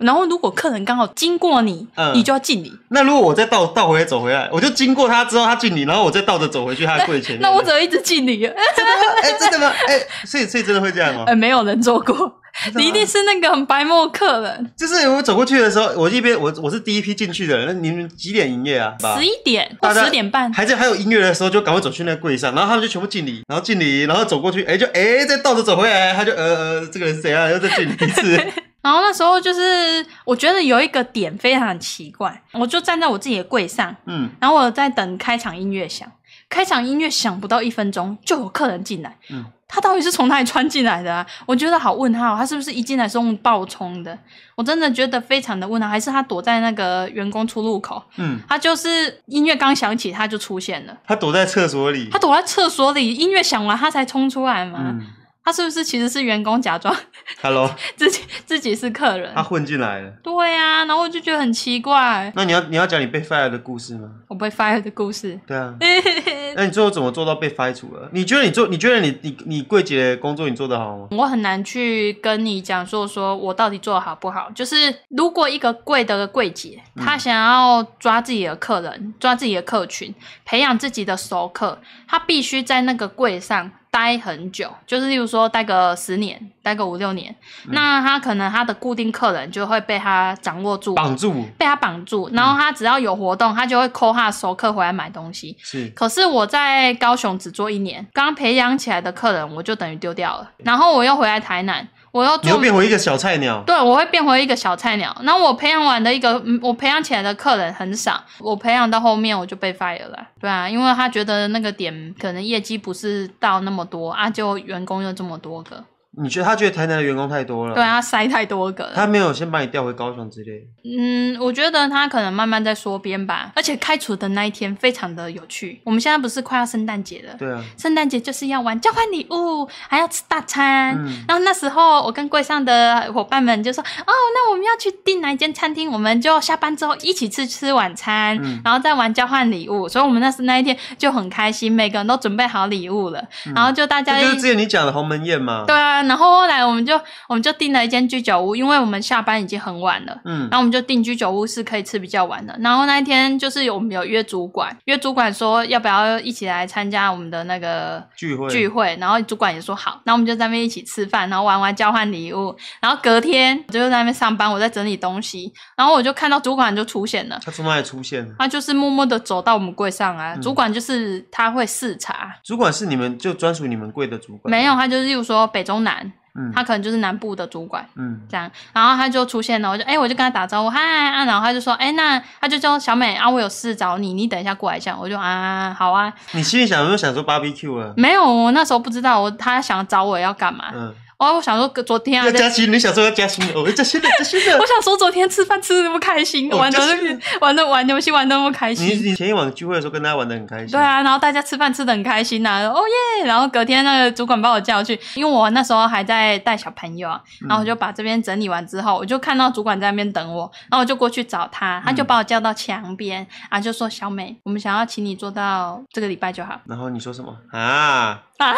Speaker 2: 然后如果客人刚好经过你，
Speaker 1: 嗯
Speaker 2: 你就要敬礼。
Speaker 1: 那如果我再倒倒回来走回来，我就经过他之后他敬你，然后我再倒着走回去他的柜前面。
Speaker 2: <laughs> 那我怎么一直敬礼？
Speaker 1: 真的吗？哎、真的吗？哎、所以所以真的会这样吗？
Speaker 2: <laughs> 呃，没有人做过， <laughs> 你一定是那个很白目的客人。
Speaker 1: 就是我走过去的时候，我这边我我是第一批进去的人，那你们几点营业啊？
Speaker 2: 十一点或
Speaker 1: 大家
Speaker 2: 十点半，
Speaker 1: 还在还有音乐的时候，就赶快走去那柜上，然后他们就全部敬礼，然后敬礼，然后走过去，哎、就哎、再倒着走回来，他就呃呃，这个人是谁啊？又再敬礼一
Speaker 2: <laughs>
Speaker 1: 次，
Speaker 2: 然后那时候就是，我觉得有一个点非常奇怪，我就站在我自己的柜上，
Speaker 1: 嗯，
Speaker 2: 然后我在等开场音乐响。开场音乐响不到一分钟，就有客人进来。
Speaker 1: 嗯，
Speaker 2: 他到底是从哪里穿进来的啊？我觉得好问号，啊他是不是一进来是用爆冲的？我真的觉得非常的问号，还是他躲在那个员工出入口？
Speaker 1: 嗯，
Speaker 2: 他就是音乐刚响起他就出现了，
Speaker 1: 他躲在厕所里
Speaker 2: <laughs> 他，躲在厕所里，音乐响完他才冲出来嘛。
Speaker 1: 嗯
Speaker 2: 他是不是其实是员工假装 <laughs>
Speaker 1: ，Hello，
Speaker 2: 自己自己是客人？
Speaker 1: 他混进来了。
Speaker 2: 对呀、然后我就觉得很奇怪，
Speaker 1: 那你要你要讲你被 fire 的故事吗？
Speaker 2: 我被 fire 的故事。 <laughs>
Speaker 1: 对啊， <laughs> 那你最后怎么做到被 fire 除了？你觉得你做你觉得你你你柜姐的工作你做得好吗？
Speaker 2: 我很难去跟你讲说说我到底做的好不好。就是如果一个贵的柜姐，她想要抓自己的客人、抓自己的客群、培养自己的熟客，她必须在那个柜上待很久，就是例如说待个十年、待个五六年，那她可能她的固定客人就会被她掌握住。
Speaker 1: 绑住
Speaker 2: 被她绑住，然后她只要有活动，她就会扣她的熟客回来买东西。
Speaker 1: 是
Speaker 2: 可是我在高雄只做一年，刚培养起来的客人我就等于丢掉了，然后我又回来台南，我又
Speaker 1: 你又
Speaker 2: 做。
Speaker 1: 变回一个小菜鸟，
Speaker 2: 对，我会变回一个小菜鸟。然后我培养完的一个，嗯我培养起来的客人很少，我培养到后面我就被 fire 了。对啊，因为他觉得那个点可能业绩不是到那么多啊，就员工又这么多个，
Speaker 1: 你觉得他觉得台南的员工太多了，
Speaker 2: 对，啊，塞太多个了。
Speaker 1: 他没有先把你调回高雄之类的。
Speaker 2: 嗯，我觉得他可能慢慢在缩编吧。而且开除的那一天非常的有趣。我们现在不是快要圣诞节了，
Speaker 1: 对啊，
Speaker 2: 圣诞节就是要玩交换礼物，还要吃大餐。
Speaker 1: 嗯
Speaker 2: 然后那时候我跟柜上的伙伴们就说：“哦，那我们要去订哪一间餐厅？我们就下班之后一起去吃晚餐，
Speaker 1: 嗯
Speaker 2: 然后再玩交换礼物。”所以我们那时那一天就很开心，每个人都准备好礼物了，然后就大家
Speaker 1: 嗯这就是
Speaker 2: 一
Speaker 1: 之前你讲的鸿门宴嘛。
Speaker 2: 对，啊，然后后来我们就我们就订了一间居酒屋，因为我们下班已经很晚了。
Speaker 1: 嗯
Speaker 2: 然，后我们就定居酒屋是可以吃比较晚的。然后那一天就是有我们有约主管，约主管说要不要一起来参加我们的那个
Speaker 1: 聚会
Speaker 2: 聚会，然后主管也说好，然后我们就在那边一起吃饭，然后玩玩交换礼物，然后隔天我就在那边上班，我在整理东西，然后我就看到主管就出现了，
Speaker 1: 他从哪里出现了？
Speaker 2: 他就是默默的走到我们柜上啊，主管就是他会视察，
Speaker 1: 主管是你们就专属你们柜的主管？
Speaker 2: 没有，他就是例如说北中南，
Speaker 1: 嗯
Speaker 2: 他可能就是南部的主管，
Speaker 1: 嗯，
Speaker 2: 这样，然后他就出现了，我就哎、我就跟他打招呼，嗨啊，然后他就说，哎、那他就叫小美啊，我有事找你，你等一下过来一下，我就啊，好啊，
Speaker 1: 你心里想有没有想说 barbecue 了？
Speaker 2: 没有，我那时候不知道我他想找我要干嘛，
Speaker 1: 嗯，
Speaker 2: 哦，我想说昨天啊
Speaker 1: 要，加薪，你想说要加薪哦的，我要加薪的，加薪
Speaker 2: <laughs> 我
Speaker 1: 的。
Speaker 2: 想说昨天吃饭吃的那么开心，
Speaker 1: 哦
Speaker 2: 玩的
Speaker 1: 就是
Speaker 2: 那边玩的玩游戏玩的那么开
Speaker 1: 你
Speaker 2: 心。
Speaker 1: 你前一晚聚会的时候跟大家玩的很开心，
Speaker 2: 对，啊，然后大家吃饭吃的很开心呐、哦耶！然后隔天那个主管把我叫去，因为我那时候还在带小朋友啊，
Speaker 1: 嗯
Speaker 2: 然后我就把这边整理完之后，我就看到主管在那边等我，然后我就过去找
Speaker 1: 嗯
Speaker 2: 他，他就把我叫到墙边、啊，就说小美，我们想要请你做到这个礼拜就好
Speaker 1: 然后你说什么啊？
Speaker 2: 啊，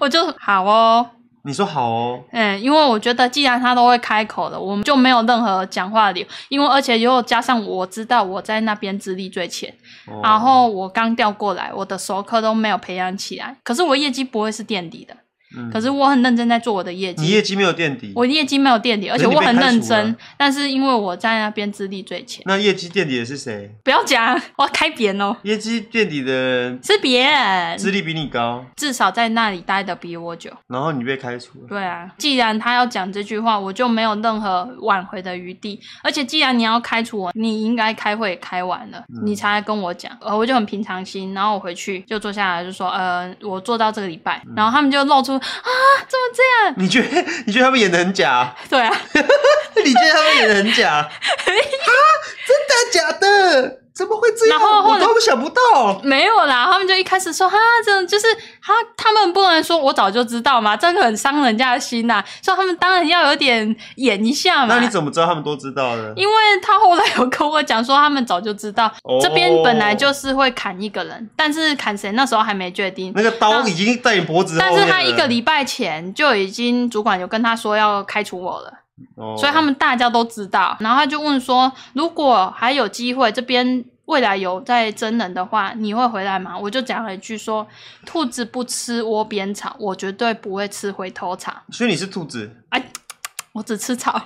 Speaker 2: 我就好哦。
Speaker 1: 你说好哦，
Speaker 2: 嗯，因为我觉得既然他都会开口了，我们就没有任何讲话的理由。因为而且又加上我知道我在那边资历最浅，
Speaker 1: 哦
Speaker 2: 然后我刚调过来，我的熟客都没有培养起来，可是我业绩不会是垫底的，
Speaker 1: 嗯
Speaker 2: 可是我很认真在做我的业
Speaker 1: 你
Speaker 2: 绩，
Speaker 1: 业绩没有垫底，
Speaker 2: 我业绩没有垫底，而
Speaker 1: 嗯
Speaker 2: 且
Speaker 1: 可是
Speaker 2: 我
Speaker 1: 你被
Speaker 2: 很
Speaker 1: 开除
Speaker 2: 认
Speaker 1: 了
Speaker 2: 真，但是因为我在那边资历最浅，
Speaker 1: 那业绩垫底的是谁？
Speaker 2: 不要讲，我要开扁哦，
Speaker 1: 业绩垫底的人
Speaker 2: 是别人，
Speaker 1: 资历比你高，
Speaker 2: 至少在那里待的比我久。
Speaker 1: 然后你被开除了。
Speaker 2: 对啊，既然他要讲这句话，我就没有任何挽回的余地。而且既然你要开除我，你应该开会也开完了，
Speaker 1: 嗯
Speaker 2: 你才来跟我讲。呃，我就很平常心，然后我回去就坐下来就说，呃，我做到这个礼拜。
Speaker 1: 嗯
Speaker 2: 然后他们就露出啊，怎么这样？ <laughs>
Speaker 1: 你觉得你觉得他们演的很假？
Speaker 2: 对啊， <laughs>
Speaker 1: 你觉得他们演的很假？啊，真的假的？怎么会这样？
Speaker 2: 然后
Speaker 1: 我
Speaker 2: 或者
Speaker 1: 都想不到。
Speaker 2: 没有啦，他们就一开始说哈，这种就是哈，他们不能说我早就知道嘛，这样就很伤人家的心呐、所以他们当然要有点演一下嘛
Speaker 1: 那。你怎么知道他们都知道 <laughs> 的？
Speaker 2: 因为他后来有跟我讲说，他们早就知道、
Speaker 1: 哦
Speaker 2: 这边本来就是会砍一个人，但是砍谁那时候还没决定。
Speaker 1: 那个刀已经在你脖子后面
Speaker 2: 但
Speaker 1: 了，
Speaker 2: 是他一个礼拜前就已经主管有跟他说要开除我了，
Speaker 1: 哦，
Speaker 2: 所以他们大家都知道。然后他就问说，如果还有机会，这边未来有在真人的话，你会回来吗？我就讲了一句说，兔子不吃窝边草，我绝对不会吃回头草，
Speaker 1: 所以你是兔子
Speaker 2: 我只吃草，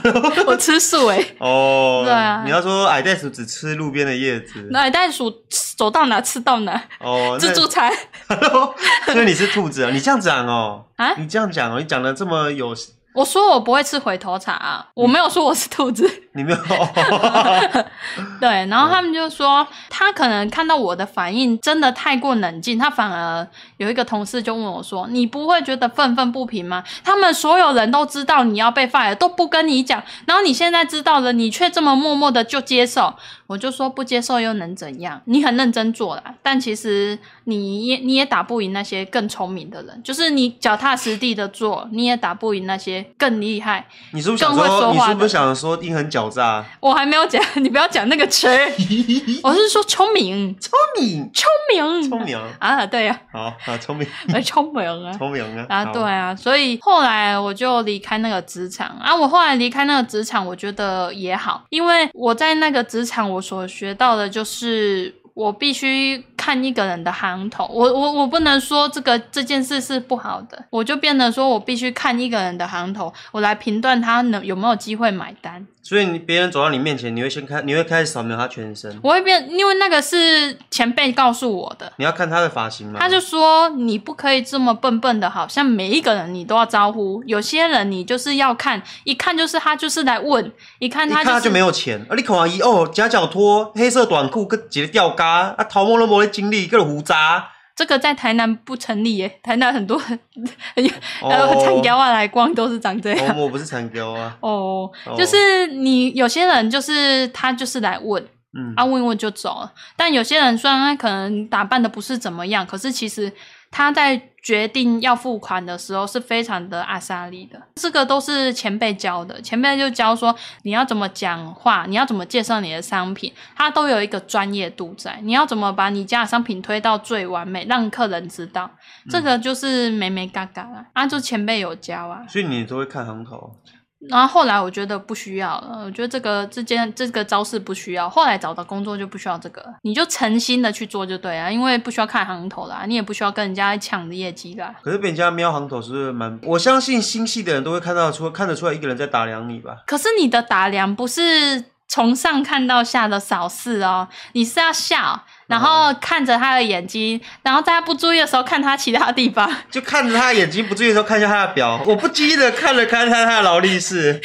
Speaker 1: <laughs>
Speaker 2: 我吃素欸诶、 <laughs>
Speaker 1: 哦。
Speaker 2: 对啊
Speaker 1: 你要说矮袋鼠只吃路边的叶子
Speaker 2: 那袋鼠走到哪吃到哪，
Speaker 1: 哦，那
Speaker 2: 自助餐。
Speaker 1: <laughs> 所以你是兔子啊？你这样讲哦，
Speaker 2: 啊
Speaker 1: 你这样讲哦，你讲的这么有，
Speaker 2: 我说我不会吃回头草、啊，我没有说我是兔子。
Speaker 1: 你
Speaker 2: <laughs>
Speaker 1: 没有，
Speaker 2: 对，然后他们就说，他可能看到我的反应真的太过冷静，他反而有一个同事就问我说：“你不会觉得愤愤不平吗？他们所有人都知道你要被 fire，都不跟你讲，然后你现在知道了，你却这么默默的就接受。”我就说不接受又能怎样？你很认真做啦，但其实你也你也打不赢那些更聪明的人，就是你脚踏实地的做，你也打不赢那些更厉害。
Speaker 1: 你是不是想
Speaker 2: 更会
Speaker 1: 说，
Speaker 2: 说
Speaker 1: 你
Speaker 2: 话的
Speaker 1: 是不是想说阴狠狡诈？
Speaker 2: 我还没有讲， <laughs> 你不要讲那
Speaker 1: <laughs>
Speaker 2: 个词，我是说聪明。
Speaker 1: 聪明，
Speaker 2: 聪明，
Speaker 1: 聪明，
Speaker 2: 啊，对呀、
Speaker 1: 好啊，聪明，
Speaker 2: 啊，聪明啊。
Speaker 1: 聪明啊，
Speaker 2: 啊，
Speaker 1: <laughs> 好
Speaker 2: 对，啊，所以后来我就离开那个职场啊。我后来离开那个职场，我觉得也好，因为我在那个职场我所学到的就是我必须看一个人的行头。我我我不能说这个这件事是不好的，我就变得说我必须看一个人的行头，我来评断他能有没有机会买单。
Speaker 1: 所以你别人走到你面前，你会先看，你会开始扫描他全身，
Speaker 2: 我会变，因为那个是前辈告诉我的，
Speaker 1: 你要看他的发型吗？
Speaker 2: 他就说你不可以这么笨笨的，好像每一个人你都要招呼，有些人你就是要看，一看就是他就是来问，一看
Speaker 1: 一
Speaker 2: 他
Speaker 1: 看
Speaker 2: 就
Speaker 1: 他
Speaker 2: 是
Speaker 1: 就没有钱，啊，你看伊哦，夹脚拖、黑色短裤跟几个吊嘎，啊，头毛都没得经历，个胡渣，
Speaker 2: 这个在台南不成立耶，台南很多呃参加
Speaker 1: 哦，
Speaker 2: 外来光都是长这
Speaker 1: 哦
Speaker 2: 样。
Speaker 1: 我不是残雕啊，
Speaker 2: 哦，
Speaker 1: 哦
Speaker 2: 就是你有些人就是他就是来问
Speaker 1: 嗯，
Speaker 2: 啊问一问就走了，但有些人虽然他可能打扮的不是怎么样，可是其实他在决定要付款的时候是非常的阿莎丽的，这个都是前辈教的，前辈就教说你要怎么讲话，你要怎么介绍你的商品，它都有一个专业度在，你要怎么把你家的商品推到最完美，让客人知道，这个就是美美嘎嘎啦，啊，就前辈有教啊，
Speaker 1: 所以你都会看行头，
Speaker 2: 然后后来我觉得不需要了，我觉得这个这件这个招式不需要。后来找到工作就不需要这个了，你就诚心的去做就对啊了，因为不需要看行头啦，你也不需要跟人家抢业绩啦。
Speaker 1: 可是被人家瞄行头是不是蛮？我相信心细的人都会看到出看得出来一个人在打量你吧。
Speaker 2: 可是你的打量不是从上看到下的扫视哦，你是要笑，然后看着他的眼睛，然后在他不注意的时候看他其他地方， <laughs>
Speaker 1: 就看着他的眼睛不注意的时候看一下他的表，我不经意的看了看他他的劳力士，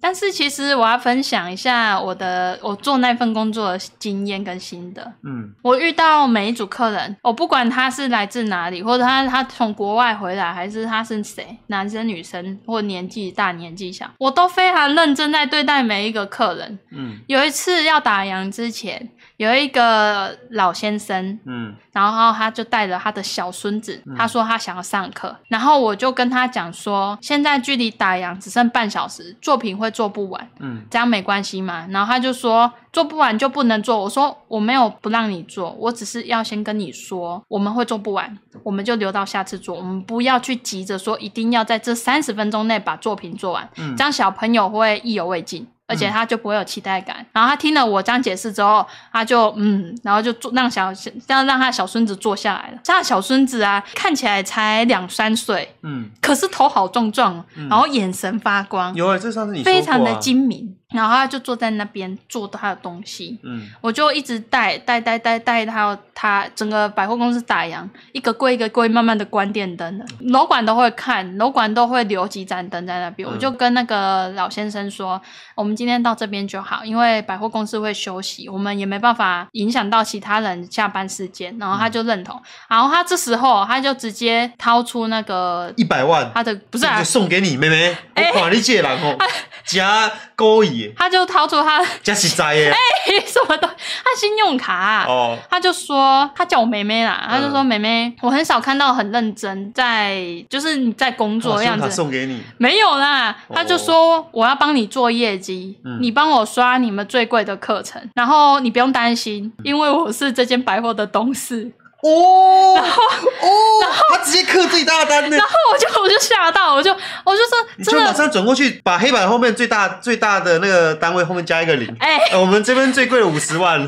Speaker 2: 但是其实我要分享一下我的我做那份工作的经验跟心得。
Speaker 1: 嗯，
Speaker 2: 我遇到每一组客人，我不管他是来自哪里，或者他他从国外回来，还是他是谁，男生女生或年纪大年纪小，我都非常认真在对待每一个客人。
Speaker 1: 嗯
Speaker 2: 有一次要打烊之前，有一个老先生，
Speaker 1: 嗯，
Speaker 2: 然后他就带了他的小孙子，他说他想要上课，然后我就跟他讲说，现在距离打烊只剩半小时，作品会做不完，
Speaker 1: 嗯，
Speaker 2: 这样没关系嘛。然后他就说做不完就不能做，我说我没有不让你做，我只是要先跟你说我们会做不完，我们就留到下次做，我们不要去急着说一定要在这三十分钟内把作品做完，
Speaker 1: 嗯
Speaker 2: 这样小朋友会意犹未尽。而且他就不会有期待感。然后他听了我这样解释之后，他就嗯，然后就坐让小这样让他小孙子坐下来了。他的小孙子啊，看起来才两三岁，
Speaker 1: 嗯，
Speaker 2: 可是头好重壮，然后眼神发光，
Speaker 1: 有啊，这上次你说过、啊、
Speaker 2: 非常的精明。然后他就坐在那边做他的东西。
Speaker 1: 嗯，
Speaker 2: 我就一直带带带带带他，他整个百货公司打烊，一个柜一个柜慢慢的关电灯了。楼管都会看，楼管都会留几盏灯在那边。
Speaker 1: 嗯
Speaker 2: 我就跟那个老先生说，我们今天到这边就好，因为百货公司会休息，我们也没办法影响到其他人下班时间。
Speaker 1: 嗯
Speaker 2: 然后他就认同，然后他这时候他就直接掏出那个
Speaker 1: 一百万，
Speaker 2: 他的不是啊哎啊
Speaker 1: 就，送给你妹妹，我管你借人哦，加勾引，
Speaker 2: 他就掏出他
Speaker 1: 加实在耶。
Speaker 2: 哎 <laughs> 什么东，他信用卡、啊
Speaker 1: 哦，
Speaker 2: 他就说，他叫我妹妹啦，他就说
Speaker 1: 嗯
Speaker 2: 妹妹，我很少看到很认真在，就是你在工作
Speaker 1: 把
Speaker 2: 的
Speaker 1: 哦信用
Speaker 2: 样
Speaker 1: 卡
Speaker 2: 子，
Speaker 1: 送给你，
Speaker 2: 没有啦。
Speaker 1: 哦
Speaker 2: 他就说我要帮你做业绩，
Speaker 1: 嗯
Speaker 2: 你帮我刷你们最贵的课程，然后你不用担心，
Speaker 1: 嗯
Speaker 2: 因为我是这间百货的董事。 <laughs>
Speaker 1: 哦，哦，他直接刻最大的单呢，
Speaker 2: 然后我就我就吓到，我就我就
Speaker 1: 你
Speaker 2: 说
Speaker 1: 就
Speaker 2: 真
Speaker 1: 马
Speaker 2: 的，
Speaker 1: 上转过去，把黑板后面最大最大的那个单位后面加一个零。
Speaker 2: 哎、
Speaker 1: 呃我们这边最贵的五十
Speaker 2: <laughs>
Speaker 1: 万，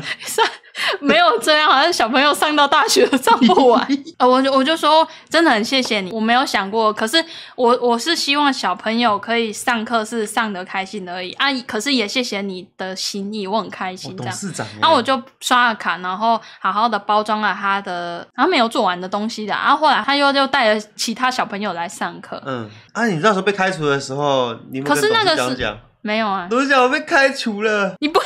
Speaker 2: 没有这样，好像小朋友上到大学都上不
Speaker 1: 哦
Speaker 2: 完。呃，我就我就说，真的很谢谢你，我没有想过，可是我我是希望小朋友可以上课是上的开心而已啊。可是也谢谢你的心意，我很开
Speaker 1: 我
Speaker 2: 心这
Speaker 1: 董
Speaker 2: 样。
Speaker 1: 事长耶。欸
Speaker 2: 然后啊我就刷了卡，然后好好的包装了他的他没有做完的东西的。然后后来他又又带了其他小朋友来上课，
Speaker 1: 嗯，啊，你那时候被开除的时候，你们
Speaker 2: 可是
Speaker 1: 跟董
Speaker 2: 那
Speaker 1: 事
Speaker 2: 个
Speaker 1: 长
Speaker 2: 是
Speaker 1: 讲，
Speaker 2: 没有啊？ <laughs>
Speaker 1: 董事长我被开除了，
Speaker 2: 你不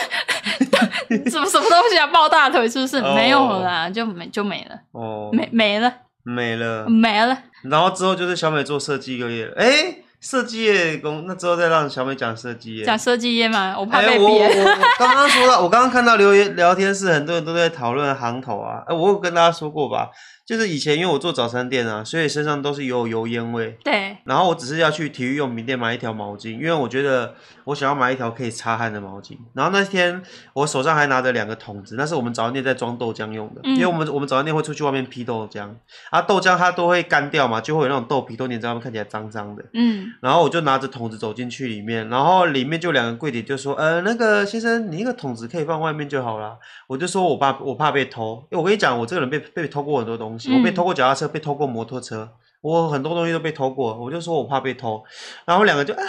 Speaker 2: 什么什么东西啊？抱大腿是不是？
Speaker 1: 哦
Speaker 2: 没有啦，就没就没了，
Speaker 1: 哦，嗯
Speaker 2: 没嗯没了
Speaker 1: 没了。
Speaker 2: 没了。
Speaker 1: 然后之后就是小美做设计业了，哎，设计业工，那之后再让小美讲设计业。
Speaker 2: 讲设计业嘛，我怕
Speaker 1: 哎
Speaker 2: 被
Speaker 1: 我
Speaker 2: 别人。 <laughs>
Speaker 1: 我我刚刚说到，我刚刚看到留言聊天室，很多人都在讨论行头啊。哎，我有跟大家说过吧，就是以前因为我做早餐店啊，所以身上都是有油烟味。
Speaker 2: 对，
Speaker 1: 然后我只是要去体育用品店买一条毛巾，因为我觉得我想要买一条可以擦汗的毛巾。然后那天我手上还拿着两个桶子，那是我们早餐店在装豆浆用的，
Speaker 2: 嗯
Speaker 1: 因为我们我们早餐店会出去外面批豆浆，啊豆浆它都会干掉嘛，就会有那种豆皮都粘在外面，看起来脏脏的。
Speaker 2: 嗯，
Speaker 1: 然后我就拿着桶子走进去里面，然后里面就两个柜姐就说：“呃，那个先生，你那个桶子可以放外面就好啦。”我就说我怕我怕被偷，因为我跟你讲，我这个人被被偷过很多东西，
Speaker 2: 嗯
Speaker 1: 我被偷过脚踏车，被偷过摩托车，我很多东西都被偷过，我就说我怕被偷。然后两个就啊，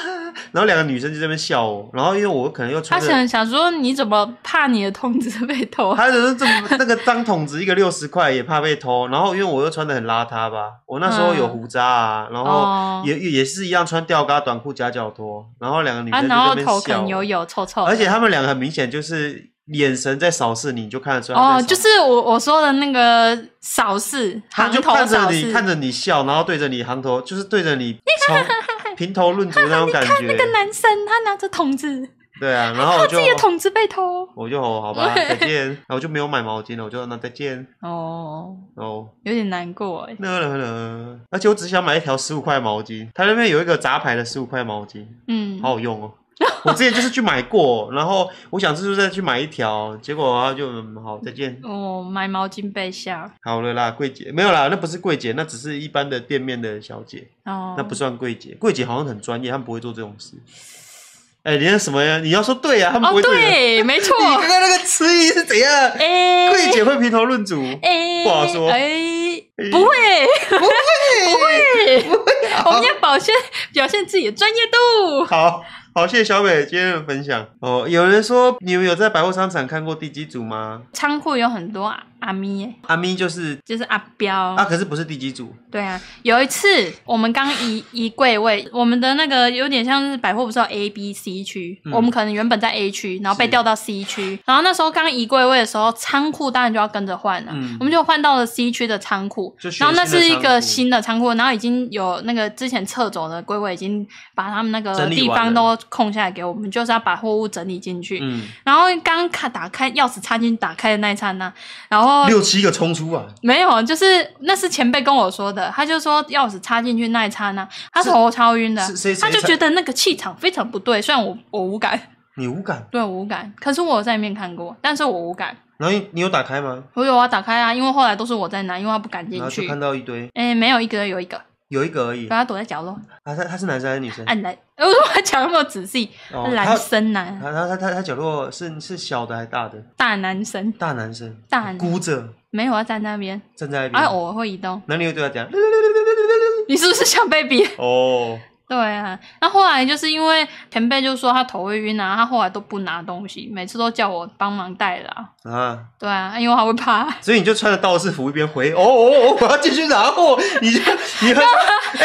Speaker 1: 然后两个女生就在那边笑我，然后因为我可能又
Speaker 2: 他
Speaker 1: 穿着。
Speaker 2: 想想说你怎么怕你的筒子被偷？
Speaker 1: 还有就是这么那个脏桶子一个六十块也怕被偷，然后因为我又穿的很邋遢吧，我那时候有
Speaker 2: 嗯
Speaker 1: 胡渣啊，然后
Speaker 2: 哦，
Speaker 1: 也也也是一样穿吊嘎短裤夹脚拖，然后两个女
Speaker 2: 啊，
Speaker 1: 生就
Speaker 2: 然
Speaker 1: 在那
Speaker 2: 后
Speaker 1: 边
Speaker 2: 头可
Speaker 1: 笑
Speaker 2: 能，有有臭臭的，
Speaker 1: 而且他们两个很明显就是眼神在扫视你，你就看得出来啊她在
Speaker 2: 哦，
Speaker 1: 扫
Speaker 2: 就是我我说的那个扫视，
Speaker 1: 他
Speaker 2: 行
Speaker 1: 就
Speaker 2: 头
Speaker 1: 看着
Speaker 2: 扫
Speaker 1: 你
Speaker 2: 视，
Speaker 1: 看着你笑，然后对着你行头，就是对着
Speaker 2: <laughs>
Speaker 1: 你从评头论足那种感觉
Speaker 2: 那，个男生他拿着筒子，
Speaker 1: 对啊，然后我
Speaker 2: 他
Speaker 1: 就
Speaker 2: 自己的筒子被偷，
Speaker 1: 我就哦好吧，再
Speaker 2: <laughs>
Speaker 1: 见，然后我就没有买毛巾了，我就那再见
Speaker 2: 哦，
Speaker 1: 哦。
Speaker 2: 有点难过哎。
Speaker 1: 那了了，而且我只想买一条十五块毛巾，它那边有一个杂牌的十五块毛巾，<laughs>
Speaker 2: 嗯，
Speaker 1: 好好用哦。我之前就是去买过，然后我想这次再去买一条，结果他就、嗯、好再见，
Speaker 2: 哦我买毛巾被吓，
Speaker 1: 好了啦，柜姐没有啦，那不是柜姐，那只是一般的店面的小姐，
Speaker 2: 哦，
Speaker 1: 那不算柜姐，柜姐好像很专业，她们不会做这种事。哎、你那什么呀？你要说对呀、啊她们不
Speaker 2: 哦，
Speaker 1: 会做这种事。
Speaker 2: 对，没错，
Speaker 1: 你刚刚那个词语是怎样？
Speaker 2: 哎，
Speaker 1: 柜姐会评头论足，
Speaker 2: 哎，
Speaker 1: 不好说
Speaker 2: 哎，不会。
Speaker 1: <laughs> 不会。啊
Speaker 2: 我们要表现表现自己的专业度。
Speaker 1: <laughs> 好好，谢谢小美今天的分享。哦，有人说你们有在百货商场看过地基组吗？
Speaker 2: 仓库有很多阿阿咪耶，
Speaker 1: 阿咪就是
Speaker 2: 就是阿彪。
Speaker 1: 啊，可是不是地基组，
Speaker 2: 对啊，有一次我们刚移移柜位，我们的那个有点像是百货，不是有 A、B、C 区？
Speaker 1: 嗯
Speaker 2: 我们可能原本在 A 区，然后被
Speaker 1: 是
Speaker 2: 调到 C 区，然后那时候刚移柜位的时候，仓库当然就要跟着换了、
Speaker 1: 嗯
Speaker 2: 我们就换到了 C 区的仓库
Speaker 1: 就，全
Speaker 2: 然后那
Speaker 1: 新的
Speaker 2: 是一
Speaker 1: 仓
Speaker 2: 个
Speaker 1: 库
Speaker 2: 新的仓库，然后已经有那个之前撤走的柜位已经把他们那个
Speaker 1: 整理
Speaker 2: 地
Speaker 1: 完
Speaker 2: 方
Speaker 1: 了
Speaker 2: 都空下来给我们，就是要把货物整理进去。
Speaker 1: 嗯，
Speaker 2: 然后刚看打开钥匙插进打开的那一刹那，然后
Speaker 1: 六七个冲出啊，
Speaker 2: 没有，就是那是前辈跟我说的，他就说钥匙插进去那一刹那，他头超晕的啊
Speaker 1: 是谁谁，
Speaker 2: 他就
Speaker 1: 插
Speaker 2: 觉得那个气场非常不对。虽然我我无感，
Speaker 1: 你无感。
Speaker 2: 对我无感，可是我有在里面看过，但是我无感。
Speaker 1: 然后你你有打开吗？
Speaker 2: 我有啊，打开啊，因为后来都是我在拿，因为他不敢进
Speaker 1: 然后就
Speaker 2: 去
Speaker 1: 看。到一嗯堆，
Speaker 2: 哎、没有一个有一个，
Speaker 1: 有一个而已。啊
Speaker 2: 把他躲在角落，
Speaker 1: 他他他是男生还是女生？
Speaker 2: 按 <laughs> 来，哎我说他讲那么仔细，
Speaker 1: 嗯哦
Speaker 2: 男生男、
Speaker 1: 他他他他他角落是是小的还是大的？
Speaker 2: 大男生，
Speaker 1: 大男生，
Speaker 2: 大男
Speaker 1: 箍着
Speaker 2: 没有啊，站在那边，
Speaker 1: 站在那边。
Speaker 2: 哎、偶尔会移动。
Speaker 1: 那你会对他讲？
Speaker 2: 你是不是想被逼？
Speaker 1: 哦，
Speaker 2: 对啊，那后来就是因为前辈就说他头会晕啊，他后来都不拿东西，每次都叫我帮忙带啦。
Speaker 1: 啊，
Speaker 2: 对啊，因为他会怕。
Speaker 1: 所以你就穿着道士服一边回，哦哦哦，我要进去拿货，你就你
Speaker 2: <laughs>
Speaker 1: 还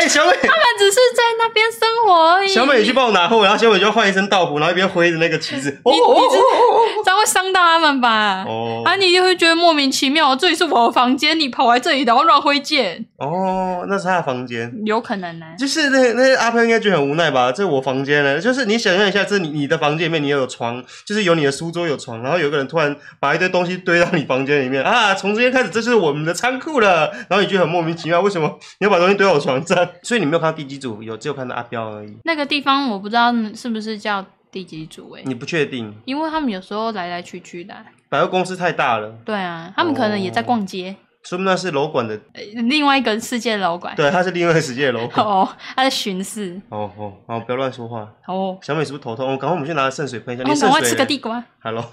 Speaker 1: 哎、小美。
Speaker 2: 啊他们只是在那边生活而已。
Speaker 1: 小美也去帮我拿货，然后小美就换一身道服，然后一边挥着那个旗子。哦
Speaker 2: 你
Speaker 1: 哦
Speaker 2: 你知
Speaker 1: 哦
Speaker 2: 这样会伤到他们吧？
Speaker 1: 哦
Speaker 2: 啊，你就会觉得莫名其妙，这里是我的房间，你跑来这里然后乱挥剑，
Speaker 1: 哦哦，那是他的房间，
Speaker 2: 有可能呢、啊
Speaker 1: 就是那那阿飘客应该觉得很无奈吧？这我房间呢，就是你想象一下，这你你的房间里面，你也有床，就是有你的书桌有床，然后有一个人突然把一堆东西堆到你房间里面啊，从今天开始这是我们的仓库了，然后你觉得很莫名其妙，为什么你要把东西堆到我床上？ <laughs> 所以你没有看到第几组，有只有看到阿彪而已，
Speaker 2: 那个地方我不知道是不是叫第几组哎、
Speaker 1: 你不确定，
Speaker 2: 因为他们有时候来来去去的啊、
Speaker 1: 百货公司太大了，
Speaker 2: 对啊，他们可能也在逛街，
Speaker 1: 说不定那是楼管的，
Speaker 2: 呃另外一个世界楼管。
Speaker 1: 哦对，他是另外一个世界的楼管。
Speaker 2: 哦，他在巡视
Speaker 1: 哦哦哦，不要乱说话。
Speaker 2: 哦。
Speaker 1: 小美是不是头痛？哦，赶快我们去拿圣水喷一下。
Speaker 2: 我
Speaker 1: 你
Speaker 2: 们哦赶
Speaker 1: 圣
Speaker 2: 快
Speaker 1: 水
Speaker 2: 吃个
Speaker 1: 嘞
Speaker 2: 地瓜。
Speaker 1: Hello，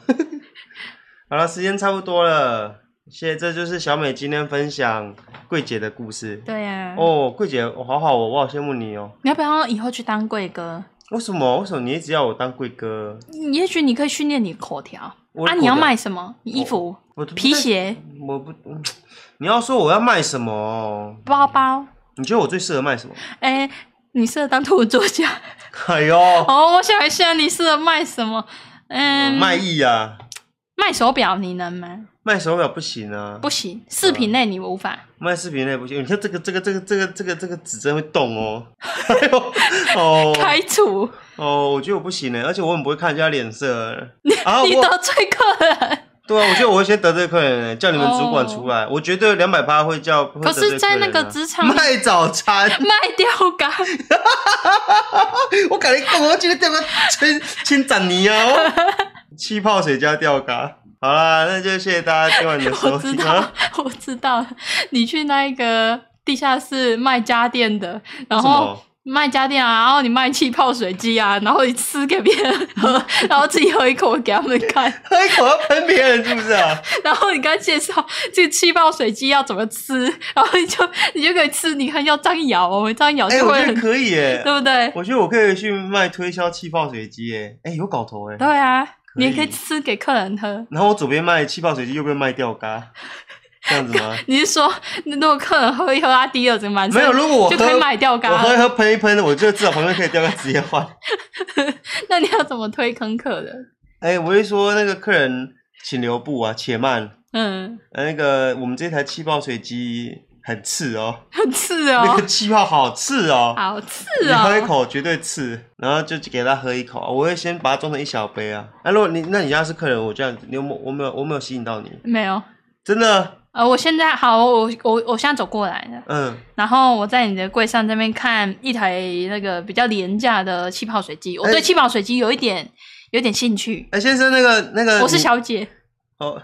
Speaker 1: 好了，时间差不多了，谢谢，这就是小美今天分享柜姐的故事。
Speaker 2: 对呀、啊。
Speaker 1: 哦，柜姐，我好好哦，我好羡慕你哦。
Speaker 2: 你要不要以后去当贵哥？
Speaker 1: 为什么？为什么你一直要我当柜哥？
Speaker 2: 也许你可以训练你的口条
Speaker 1: 我的
Speaker 2: 啊！
Speaker 1: 口
Speaker 2: 你要
Speaker 1: 条哦
Speaker 2: 卖什么？你衣服、
Speaker 1: 我都不
Speaker 2: 皮
Speaker 1: 太，
Speaker 2: 鞋、
Speaker 1: 我不，嗯你要说我要卖什么？
Speaker 2: 包包。
Speaker 1: 你觉得我最适合卖什么？ <laughs>
Speaker 2: 哎、你适合当图文作家
Speaker 1: 哎呦，
Speaker 2: 哦。我想一下，你适合卖什么？嗯，
Speaker 1: 卖艺啊，
Speaker 2: 卖手表你能吗？
Speaker 1: 卖手表不行啊，
Speaker 2: 不行，视频类你无法。
Speaker 1: 卖视频类不行。你看这个这个这个这个这个这个指针会动哦。 <laughs> 哎呦，哦，
Speaker 2: 开除，
Speaker 1: 哦，我觉得我不行呢，而且我很不会看人家脸色欸。啊，
Speaker 2: <laughs> 你
Speaker 1: 我
Speaker 2: 得罪客人。
Speaker 1: 对啊，我觉得我会先得罪客人欸，叫你们主管出来。我绝对两百趴会叫。会
Speaker 2: 哦可是
Speaker 1: 得罪
Speaker 2: 在
Speaker 1: 客
Speaker 2: 那
Speaker 1: 人
Speaker 2: 个
Speaker 1: 啊 <laughs>
Speaker 2: 职场
Speaker 1: 卖早餐， <laughs>
Speaker 2: 卖钓竿，
Speaker 1: 我感觉讲，我今天钓个千千斩泥
Speaker 2: <laughs>
Speaker 1: 哦，气泡水加钓竿。好啦，那就谢谢大家今晚的收
Speaker 2: <laughs> 我知
Speaker 1: 听
Speaker 2: 道
Speaker 1: 啊。，
Speaker 2: 我知道了。你去那个地下室卖家电的，然
Speaker 1: 什
Speaker 2: 后
Speaker 1: 么
Speaker 2: 卖家电啊，然后你卖气泡水机啊，然后你吃给别人
Speaker 1: <laughs>
Speaker 2: 喝，然后自己喝一口给他们看，
Speaker 1: 喝一哎口要喷别人是不是
Speaker 2: <laughs>
Speaker 1: 啊？
Speaker 2: 然后你刚介绍这个气泡水机要怎么吃，然后你就你就可以吃，你看要这样咬哦，这样咬
Speaker 1: 哎、
Speaker 2: 就
Speaker 1: 我
Speaker 2: 会
Speaker 1: 觉
Speaker 2: 很，
Speaker 1: 得可以耶，
Speaker 2: <laughs> 对不对？
Speaker 1: 我觉得我可以去卖推销气泡水机耶，哎、有搞头哎。
Speaker 2: 对啊，
Speaker 1: 以
Speaker 2: 你也可以吃给客人喝。
Speaker 1: 然后我左边卖气泡水机，右边卖吊
Speaker 2: <laughs>
Speaker 1: 嘎，这样子吗？
Speaker 2: 你是说，如果客人喝一喝，他第二整满身
Speaker 1: 没有，如果我喝
Speaker 2: 就可以买吊
Speaker 1: 我
Speaker 2: 嘎
Speaker 1: 喝一
Speaker 2: 了，
Speaker 1: 喝喷一喷，我就至少旁边可以吊嘎直接换。 <laughs>
Speaker 2: 那你要怎么推坑客人？
Speaker 1: 哎、我会说那个客人请留步啊，且慢。
Speaker 2: 嗯，
Speaker 1: 呃那个我们这台气泡水机很刺哦，
Speaker 2: 很刺哦，
Speaker 1: 那个气泡好刺哦。
Speaker 2: 好刺
Speaker 1: 你喝一
Speaker 2: 哦！
Speaker 1: 口绝对刺，然后就给他喝一口，我会先把它装成一小杯啊。那、如果你那你家是客人，我这样，你有没有我没有我没有吸引到你，
Speaker 2: 没有，
Speaker 1: 真的，
Speaker 2: 呃，我现在好，我我我现在走过来了，
Speaker 1: 嗯，
Speaker 2: 然后我在你的柜上这边看一台那个比较廉价的气泡水机，我对
Speaker 1: 哎
Speaker 2: 气泡水机有一点有点兴趣。
Speaker 1: 哎、先生那个那个，
Speaker 2: 我是
Speaker 1: 你
Speaker 2: 小姐，
Speaker 1: 哦，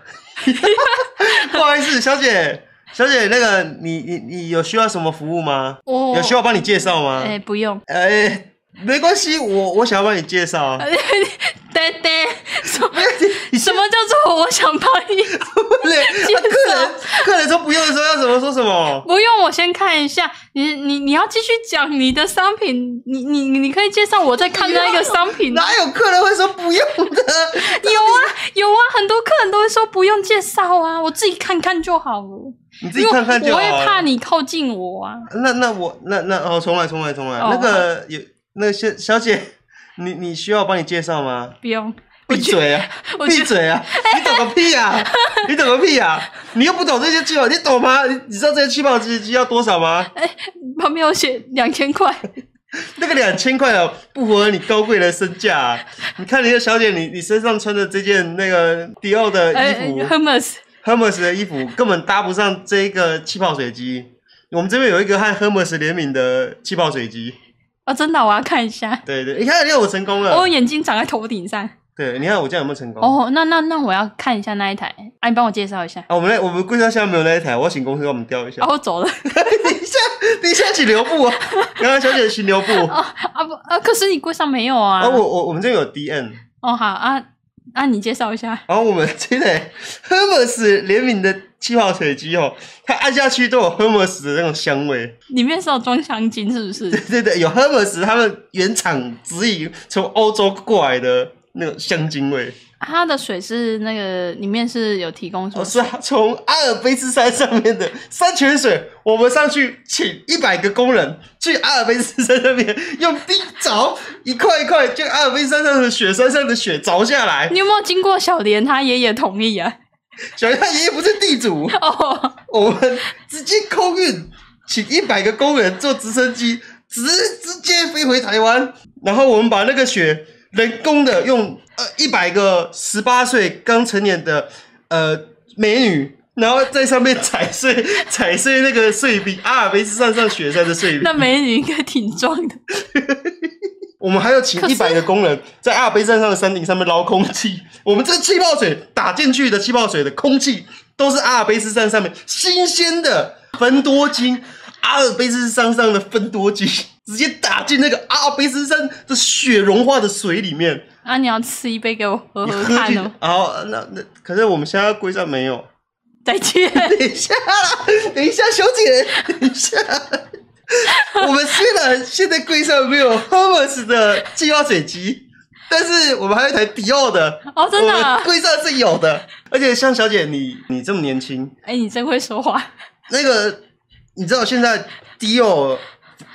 Speaker 1: 不好意思，小姐，小姐，那个你你你有需要什么服务吗？
Speaker 2: 我
Speaker 1: 有需要帮你介绍吗？
Speaker 2: 哎
Speaker 1: <laughs>
Speaker 2: 不用，
Speaker 1: 呃、没关系，我我想要帮你介绍
Speaker 2: 哎
Speaker 1: 啊。
Speaker 2: 呆呆，什么什么叫做我想帮你？
Speaker 1: <laughs> 不是，啊客人客人说不用的时候要怎么说什么？
Speaker 2: 不用，我先看一下。你你你要继续讲你的商品，你你你你可以介绍我在看那个商品啊。
Speaker 1: 哪有客人会说不用的？ <laughs>
Speaker 2: 有啊有啊，很多客人都会说不用介绍啊，我自己看看就好了。
Speaker 1: 你自己看看就好
Speaker 2: 因为我
Speaker 1: 了
Speaker 2: 会怕你靠近我啊。
Speaker 1: 那那我那那哦，重来重来重来。
Speaker 2: 哦
Speaker 1: 那个有那个小小姐，你你需要我帮你介绍吗？
Speaker 2: 不用，
Speaker 1: 闭嘴啊！
Speaker 2: <laughs> 我觉
Speaker 1: 闭嘴啊！你懂个屁啊！你懂个屁啊！你又不懂这些气泡，你懂吗？你你知道这些气泡机机要多少吗？
Speaker 2: 旁边有写两千
Speaker 1: <laughs>
Speaker 2: 块，
Speaker 1: 那个两千块哦，不符合你高贵的身价、啊。你看人家小姐，你你身上穿的这件那个迪奥的衣服、
Speaker 2: h e r m e s
Speaker 1: Hermes 的衣服，根本搭不上这个气泡水机。我们这边有一个和 Hermes 联名的气泡水机，
Speaker 2: 啊，真的我要看
Speaker 1: <laughs>
Speaker 2: 一下。
Speaker 1: 对对，你看，你看我成功了。
Speaker 2: 我眼睛长在头顶上。
Speaker 1: 对，你看我这样有没有成功？
Speaker 2: 哦，那那那我要看一下那一台，啊，你帮我介绍一下。
Speaker 1: 啊，我们那我们柜上现在没有那一台，我要请公司帮我们调一下
Speaker 2: 啊，。我走了。 <laughs>
Speaker 1: 等一下，等一下，请留步啊！刚刚小姐，请留步。啊，
Speaker 2: 啊不啊，可是你柜上没有啊。
Speaker 1: 我我我们这边有 DN，
Speaker 2: 哦好啊啊，你介绍一下。
Speaker 1: 然后我们这台 Hermes 联名的气泡水机哦，它按下去都有 Hermes 的那种香味。
Speaker 2: 里面是有装香精是
Speaker 1: <laughs>
Speaker 2: 不是？
Speaker 1: 对对，有 Hermes 他们原厂直营从欧洲过来的那种香精味。
Speaker 2: 啊它的水是那个里面是有提供什
Speaker 1: 哦，
Speaker 2: 么？
Speaker 1: 是啊，从阿尔卑斯山上面的山泉水，我们上去请一百个工人去阿尔卑斯山上面用冰凿一块一块，将阿尔卑斯山上的雪山上的雪凿下来。
Speaker 2: 你有没有经过小莲他爷爷同意啊？ <laughs>
Speaker 1: 小太爷爷不是地主，
Speaker 2: 哦，
Speaker 1: 我们直接空运，请一百个工人坐直升机直直接飞回台湾，然后我们把那个血人工的用呃一百个十八岁刚成年的呃美女，然后在上面踩碎踩碎那个碎冰，阿尔卑斯山上雪山的碎冰
Speaker 2: 那。美女应该挺壮的，
Speaker 1: 我们还要请
Speaker 2: 可是
Speaker 1: 一百个工人在阿尔卑斯山上的山顶上面捞空气。我们这个气泡水打进去的气泡水的空气，都是阿尔卑斯山上面新鲜的芬多精，阿尔卑斯山上的芬多精直接打进那个阿尔卑斯山的雪融化的水里面，
Speaker 2: 啊，你要吃一杯给我喝
Speaker 1: <laughs> 你
Speaker 2: 喝
Speaker 1: 喝
Speaker 2: 看
Speaker 1: 进去
Speaker 2: 哦。。
Speaker 1: 好，那那可是我们现在龟山没有。
Speaker 2: 再见，
Speaker 1: 等一下啦，等一下，小姐，等一
Speaker 2: <laughs>
Speaker 1: 下。我们虽然现在柜上没有 Hermes 的气泡水机，但是我们还有一台迪奥的，
Speaker 2: 哦，真的
Speaker 1: <laughs> 我
Speaker 2: 啊
Speaker 1: 们，柜上是有的。而且像小姐你，你这么年轻，
Speaker 2: 哎、你真会说话。
Speaker 1: 那个你知道现在迪奥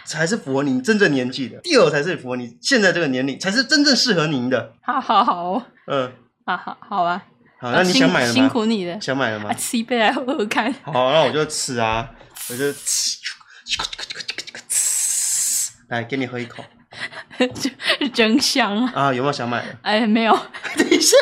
Speaker 1: 才是符合你真正年纪的，迪奥才是符合你现在这个年龄，才是真正适合您的。
Speaker 2: 好好好哦，
Speaker 1: 嗯，
Speaker 2: 好好好啊。
Speaker 1: 好，那你
Speaker 2: 辛
Speaker 1: 想买了
Speaker 2: 辛
Speaker 1: 吗？
Speaker 2: 苦你了，
Speaker 1: 想买了吗
Speaker 2: 啊，？吃一杯来喝喝看。 <laughs>
Speaker 1: 好，那我就吃啊，我就吃，来给你喝一口
Speaker 2: 就真香啊！
Speaker 1: 啊，有没有想买
Speaker 2: <laughs>
Speaker 1: 的？
Speaker 2: 哎，没有
Speaker 1: 等一下，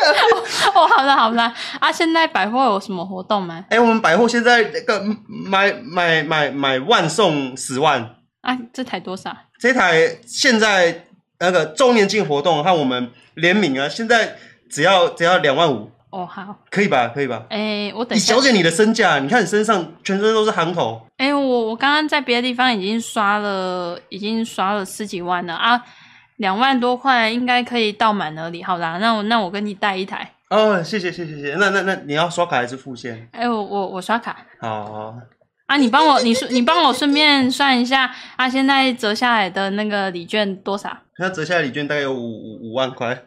Speaker 2: 哦，好啦好啦，啊，现在百货有什么活动吗？
Speaker 1: 哎、我们百货现在那个买买买买万送十万，
Speaker 2: 啊，这台多少？
Speaker 1: 这台现在那个周年庆活动和我们联名啊，现在只要只要两万五，
Speaker 2: 哦，好，
Speaker 1: 可以吧？可以吧？
Speaker 2: 哎，我等
Speaker 1: 以
Speaker 2: 一下
Speaker 1: 小，姐你的身价，你看你身上全身都是行头，
Speaker 2: 哎，我我刚刚在别的地方已经刷了，已经刷了十几万了啊，两万多块应该可以到满那里。好啦，那我那我跟你带一台，
Speaker 1: 哦，谢谢谢谢谢谢，那那那你要刷卡还是付现？
Speaker 2: 哎，我我我刷卡
Speaker 1: 好好，
Speaker 2: 啊，你帮我你顺你帮我顺便算一下啊，现在折下来的那个礼券多少？
Speaker 1: 那折下来礼券大概有五五五万块。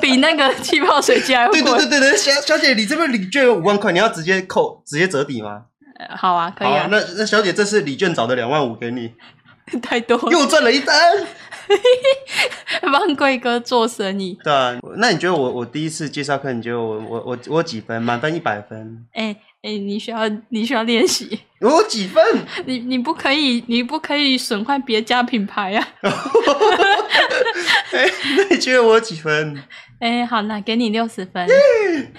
Speaker 2: 比那个气泡水机还
Speaker 1: <laughs>
Speaker 2: 要
Speaker 1: 对
Speaker 2: 贵。
Speaker 1: 对对对
Speaker 2: <laughs>
Speaker 1: 对，小小姐，你这边礼券有五万块，你要直接扣，直接折抵吗？
Speaker 2: 呃好啊，可以
Speaker 1: 好
Speaker 2: 啊，
Speaker 1: 那那小姐这次礼券找的两万五给你，
Speaker 2: 太多了。
Speaker 1: 又赚了一单。
Speaker 2: 帮贵哥做生意。
Speaker 1: 对啊，那你觉得我我第一次介绍课，你觉得我我我我几分？满分一百分，
Speaker 2: 哎、哎、你需要你需要练习，
Speaker 1: 我几分？ <laughs>
Speaker 2: 你你不可以你不可以损坏别家品牌啊！
Speaker 1: 哎、那你觉得我几分？ <laughs>
Speaker 2: 哎、好，那给你六十分。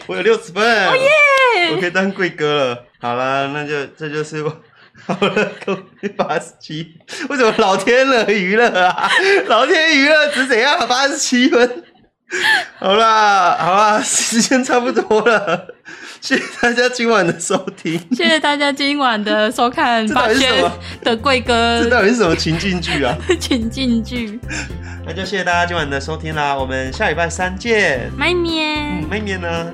Speaker 1: 我有六十分，哦耶！我可以当贵哥了。好啦，那就这就是我。好了，各位八十七，为什么老天了娱乐啊？老天娱乐只怎样？八十七分。好啦，好啦，时间差不多了， <laughs> 谢谢大家今晚的收听。
Speaker 2: 谢谢大家今晚的收看
Speaker 1: 这
Speaker 2: 《
Speaker 1: 到
Speaker 2: 八
Speaker 1: 底是
Speaker 2: 仙
Speaker 1: 什么
Speaker 2: 的贵
Speaker 1: 这
Speaker 2: 哥
Speaker 1: 到底是什么情境剧啊？
Speaker 2: 请进剧》，
Speaker 1: 那就谢谢大家今晚的收听啦，我们下礼拜三见。
Speaker 2: 麦面
Speaker 1: 嗯，。妹妹呢？